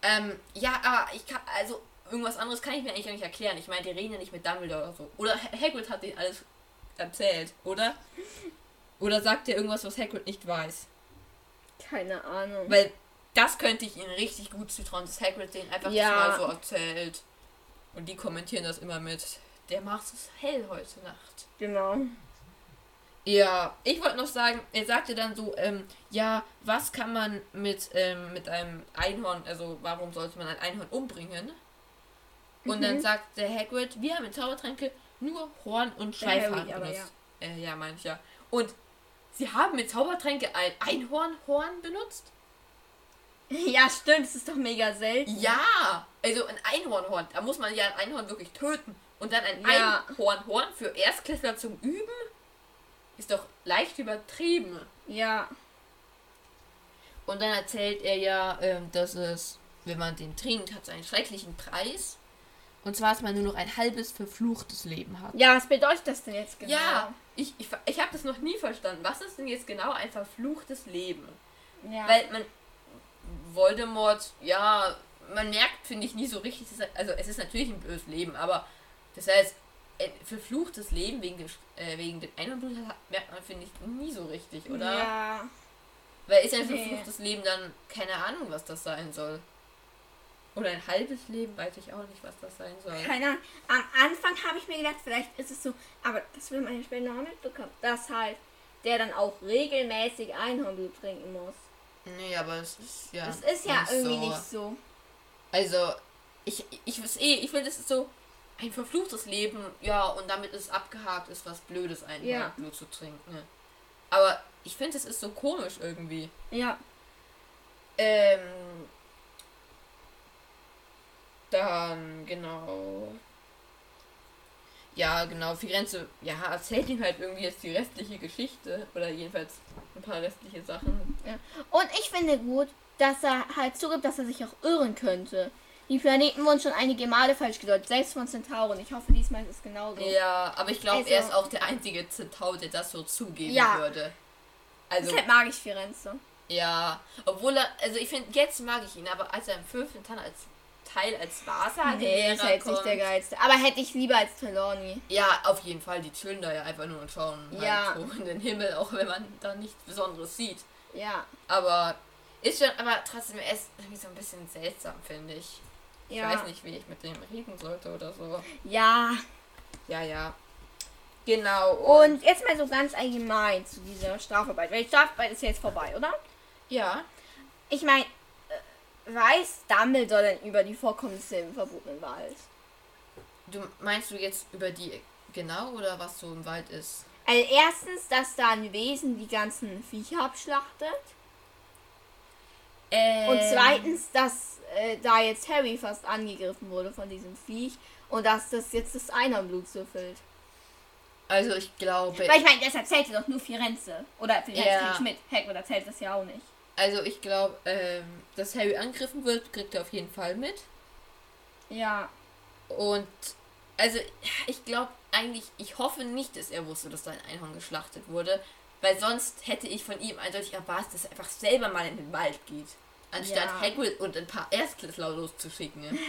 Ähm, ja, aber ich kann, also irgendwas anderes kann ich mir eigentlich gar nicht erklären. Ich meine, die reden ja nicht mit Dumbledore oder so. Oder Ha- Hagrid hat denen alles erzählt, oder? Oder sagt er irgendwas, was Hagrid nicht weiß?
Keine Ahnung.
Weil das könnte ich ihnen richtig gut zutrauen, dass Hagrid denen einfach
Ja.
das mal so erzählt. Und die kommentieren das immer mit, der Mars ist hell heute Nacht.
Genau. [laughs]
Ja, ich wollte noch sagen, er sagte dann so, ähm, ja, was kann man mit, ähm, mit einem Einhorn, also warum sollte man ein Einhorn umbringen? Und
Mhm.
dann sagt der Hagrid, wir haben in Zaubertränke nur Horn und
Der Harry,
Schleifhahn
aber
benutzt. Äh, ja, meine ich ja. Und sie haben mit Zaubertränke ein Einhornhorn benutzt?
Ja, stimmt, es ist doch mega selten.
Ja! Also ein Einhornhorn, da muss man ja ein Einhorn wirklich töten. Und dann ein
Ja.
Einhornhorn für Erstklässler zum Üben? ist doch leicht übertrieben.
Ja.
Und dann erzählt er ja, ähm, dass es, wenn man den trinkt, hat es einen schrecklichen Preis. Und zwar, dass man nur noch ein halbes verfluchtes Leben hat.
Ja, was bedeutet das denn jetzt genau?
Ja, ich, ich, ich habe das noch nie verstanden. Was ist denn jetzt genau ein verfluchtes Leben?
Ja.
Weil man Voldemort, ja, man merkt, finde ich, nie so richtig, dass er, also es ist natürlich ein böses Leben, aber das heißt, ein verfluchtes Leben wegen, des- äh, wegen dem Einblut merkt man, finde ich, nie so richtig, oder?
Ja.
Weil ist ein
Nee.
verfluchtes Leben dann keine Ahnung, was das sein soll. Oder ein halbes Leben, weiß ich auch nicht, was das sein soll.
Keine Ahnung. Am Anfang habe ich mir gedacht, vielleicht ist es so, aber das will man ja später noch mitbekommen, dass halt der dann auch regelmäßig Einhornblut trinken muss.
Nee, aber es ist ja.
Das ist ja
nicht
irgendwie
so.
nicht so.
Also, ich, ich weiß eh, ich will, das ist so ein verfluchtes Leben, ja, und damit ist abgehakt, ist was Blödes, ein
Ja.
Blut zu trinken. Ne? Aber ich finde, es ist so komisch irgendwie.
Ja.
Ähm. Dann, genau. Ja, genau, Firenze, ja, erzählt ihm halt irgendwie jetzt die restliche Geschichte. Oder jedenfalls ein paar restliche
Mhm.
Sachen.
Und ich finde gut, dass er halt zugibt, dass er sich auch irren könnte. Die Planeten wurden schon einige Male falsch gedeutet, selbst von Centauren. Ich hoffe, diesmal ist es genauso.
Ja, aber ich glaube, er
Also-
ist auch der einzige Zentau, der das so zugeben
Ja.
würde. Also,
Deshalb mag ich Firenze.
ja. Obwohl er, also ich finde, jetzt mag ich ihn, aber als er im fünften Teil als, Teil als Wahrsager
Nee, ist halt nicht der geilste. Aber hätte ich lieber als Trelawney.
Ja, auf jeden Fall. Die chillen da ja einfach nur und schauen
Ja.
halt hoch in den Himmel, auch wenn man da nichts Besonderes sieht.
Ja.
Aber ist schon, aber trotzdem er ist irgendwie so ein bisschen seltsam, finde ich. Ich
Ja.
weiß nicht, wie ich mit dem reden sollte oder so.
Ja.
Ja, ja. Genau.
Und jetzt mal so ganz allgemein zu dieser Strafarbeit. Weil die Strafarbeit ist ja jetzt vorbei, oder?
ja.
Ich meine, äh, weiß Dumbledore denn über die Vorkommnisse im verbotenen Wald?
Du meinst du jetzt über die genau oder was so im Wald ist?
Also erstens, dass da ein Wesen die ganzen Viecher abschlachtet. Und zweitens, dass äh, da jetzt Harry fast angegriffen wurde von diesem Viech und dass das jetzt das Einhornblut süffelt.
Also ich glaube.
Weil ich meine, deshalb zählt ja doch nur Firenze. Oder vielleicht
Ja.
ja. Schmidt. Heck, oder zählt das ja auch nicht.
Also ich glaube, ähm, dass Harry angegriffen wird, kriegt er auf jeden Fall mit.
Ja.
Und also ich glaube eigentlich, ich hoffe nicht, dass er wusste, dass da ein Einhorn geschlachtet wurde, weil sonst hätte ich von ihm eindeutig erwartet, dass er einfach selber mal in den Wald geht, anstatt
Ja.
Hagrid und ein paar Erstklässler loszuschicken. Ne?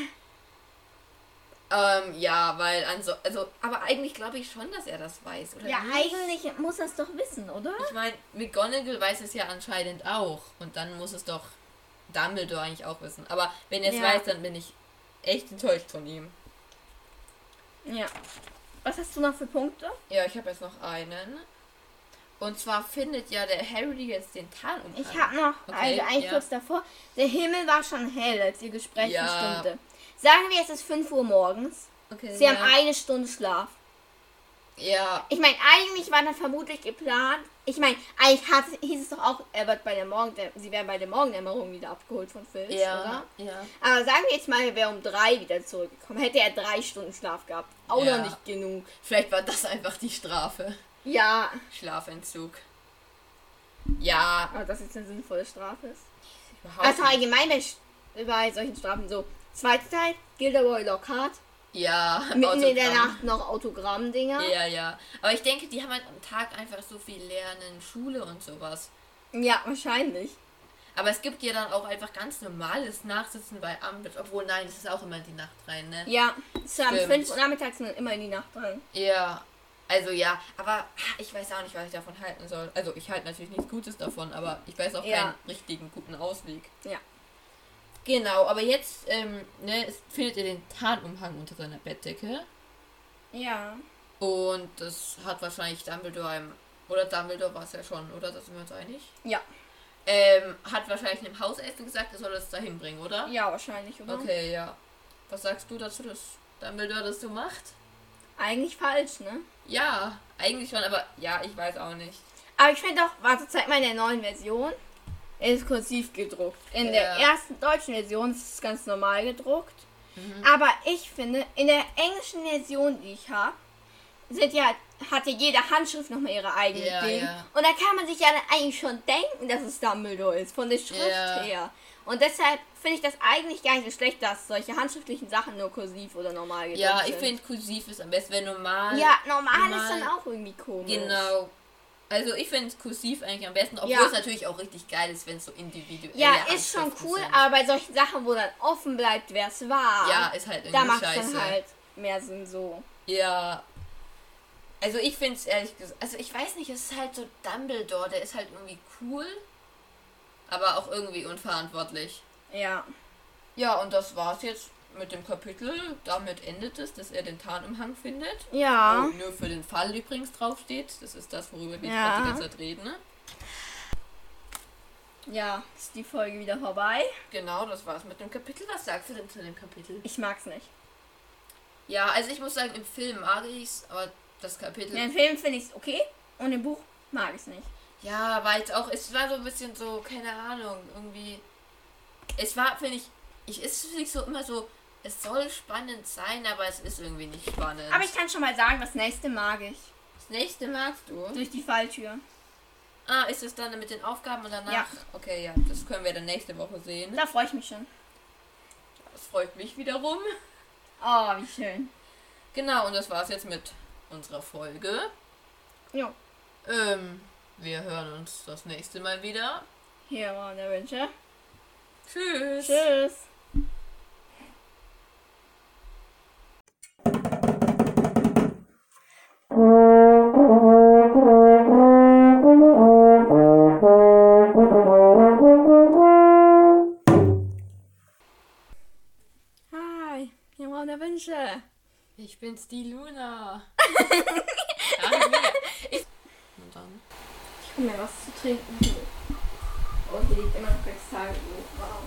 ähm, ja, weil also, also aber eigentlich glaube ich schon, dass er das weiß, oder?
Ja,
nicht?
eigentlich muss das doch wissen, oder?
Ich meine, McGonagall weiß es ja anscheinend auch und dann muss es doch Dumbledore eigentlich auch wissen. Aber wenn er es
Ja.
weiß, dann bin ich echt enttäuscht von ihm.
Ja. Was hast du noch für Punkte?
Ja, ich habe jetzt noch einen. Und zwar findet ja der Harry jetzt den Tarnumhang.
Ich habe noch,
Okay,
also eigentlich
ja.
kurz davor, der Himmel war schon hell, als ihr Gespräch
Ja.
stimmte. Sagen wir, es ist 5 Uhr morgens.
Okay,
Sie
ja.
haben eine Stunde Schlaf.
ja,
Ich meine, eigentlich war dann vermutlich geplant. Ich meine, eigentlich hat, hieß es doch auch, er wird bei der Morgen, sie wäre bei der Morgendämmerung wieder abgeholt von Filz,
ja,
oder?
ja.
Aber sagen wir jetzt mal, er wäre um drei wieder zurückgekommen. Hätte er drei Stunden Schlaf gehabt. Auch
Ja.
noch nicht genug.
Vielleicht war das einfach die Strafe.
Ja.
Schlafentzug. Ja,
Aber das jetzt eine sinnvolle Strafe ist.
überhaupt
Also
nicht.
allgemein bei, Sch- bei solchen Strafen so. Zweite Teil, Gilderoy Lockhart.
Ja,
Mitten in der
Autogramm.
Nacht ne? noch Autogramm-Dinger.
Ja, ja. Aber ich denke, die haben halt am Tag einfach so viel Lernen, Schule und sowas.
ja, wahrscheinlich.
Aber es gibt ja dann auch einfach ganz normales Nachsitzen bei Amt. Obwohl, nein, das ist auch immer in die Nacht rein, ne?
Ja, es war um
Stimmt.
5 Uhr nachmittags und immer in die Nacht dran.
Ja, also ja, aber ah, ich weiß auch nicht, was ich davon halten soll. Also ich halte natürlich nichts Gutes davon, aber ich weiß auch
Ja.
keinen richtigen guten Ausweg.
Ja.
Genau, aber jetzt ähm, ne, es findet ihr den Tarnumhang unter seiner Bettdecke
Ja.
und das hat wahrscheinlich Dumbledore im, oder Dumbledore war es ja schon, oder? Da sind wir uns einig.
Ja.
Ähm, hat wahrscheinlich einem Hauselfen gesagt, er soll das dahin bringen, oder?
Ja, wahrscheinlich, oder?
Okay, ja. Was sagst du dazu, dass Dumbledore das so macht?
Eigentlich falsch, ne?
Ja, eigentlich schon, aber ja, ich weiß auch nicht.
Aber ich finde doch, warte, zeig mal in der neuen Version. Er ist kursiv gedruckt. In der
Ja.
ersten deutschen Version ist es ganz
Mhm.
normal gedruckt. Aber ich finde, in der englischen Version, die ich habe, sind ja, hatte jede Handschrift nochmal ihre eigene
Ja,
Ding.
ja.
Und da kann man sich ja dann eigentlich schon denken, dass es Dumbledore ist, von der Schrift
Ja.
her. Und deshalb finde ich das eigentlich gar nicht so schlecht, dass solche handschriftlichen Sachen nur kursiv oder normal gedruckt
Ja, ich
sind.
finde kursiv ist am besten, wenn normal.
Ja, normal, ist
normal-
dann auch irgendwie komisch.
Genau. Also ich finde kursiv eigentlich am besten, obwohl
Ja.
es natürlich auch richtig geil ist, wenn es so individuell
Ja, ist schon cool, aber bei solchen Sachen, wo dann offen bleibt, wer es war,
Ja, ist halt
da
irgendwie
macht es
scheiße.
dann halt mehr Sinn so.
Ja. Also ich finde es ehrlich gesagt, also ich weiß nicht, es ist halt so Dumbledore, der ist halt irgendwie cool, aber auch irgendwie unverantwortlich.
Ja.
Ja, und das war's jetzt mit dem Kapitel. Damit endet es, dass er den Tarnumhang findet.
Ja.
Wo nur für den Fall übrigens draufsteht. Das ist das, worüber wir
Ja.
gerade die ganze Zeit reden. Ne?
Ja, ist die Folge wieder vorbei.
Genau, das war's mit dem Kapitel. Was sagst du denn zu dem Kapitel?
Ich mag's nicht.
Ja, also ich muss sagen, im Film mag ich's, aber das Kapitel.
Ja, Im Film finde ich's okay und im Buch mag ich's nicht.
Ja, war jetzt auch, es war so ein bisschen so, keine Ahnung, irgendwie. Es war, finde ich, ich ist finde ich so immer so, es soll spannend sein, aber es ist irgendwie nicht spannend.
Aber ich kann schon mal sagen, das nächste mag ich.
das nächste magst du?
Durch die Falltür.
Ah, ist es dann mit den Aufgaben und danach?
Ja.
Okay, ja, das können wir dann nächste Woche sehen.
Da freue ich mich schon.
Das freut mich wiederum.
Oh, wie schön.
Genau, und das war's jetzt mit unserer Folge.
Jo.
Ähm, wir hören uns das nächste Mal wieder.
Hier waren der Wünsche.
Tschüss.
Tschüss. Hi, hier waren der Wünsche.
Ich bin's, die [laughs] Luna. ja, mega. Ich- und dann.
Ich hol mir was zu trinken. Oh, hier liegt immer noch Glückstagebuch. Wow.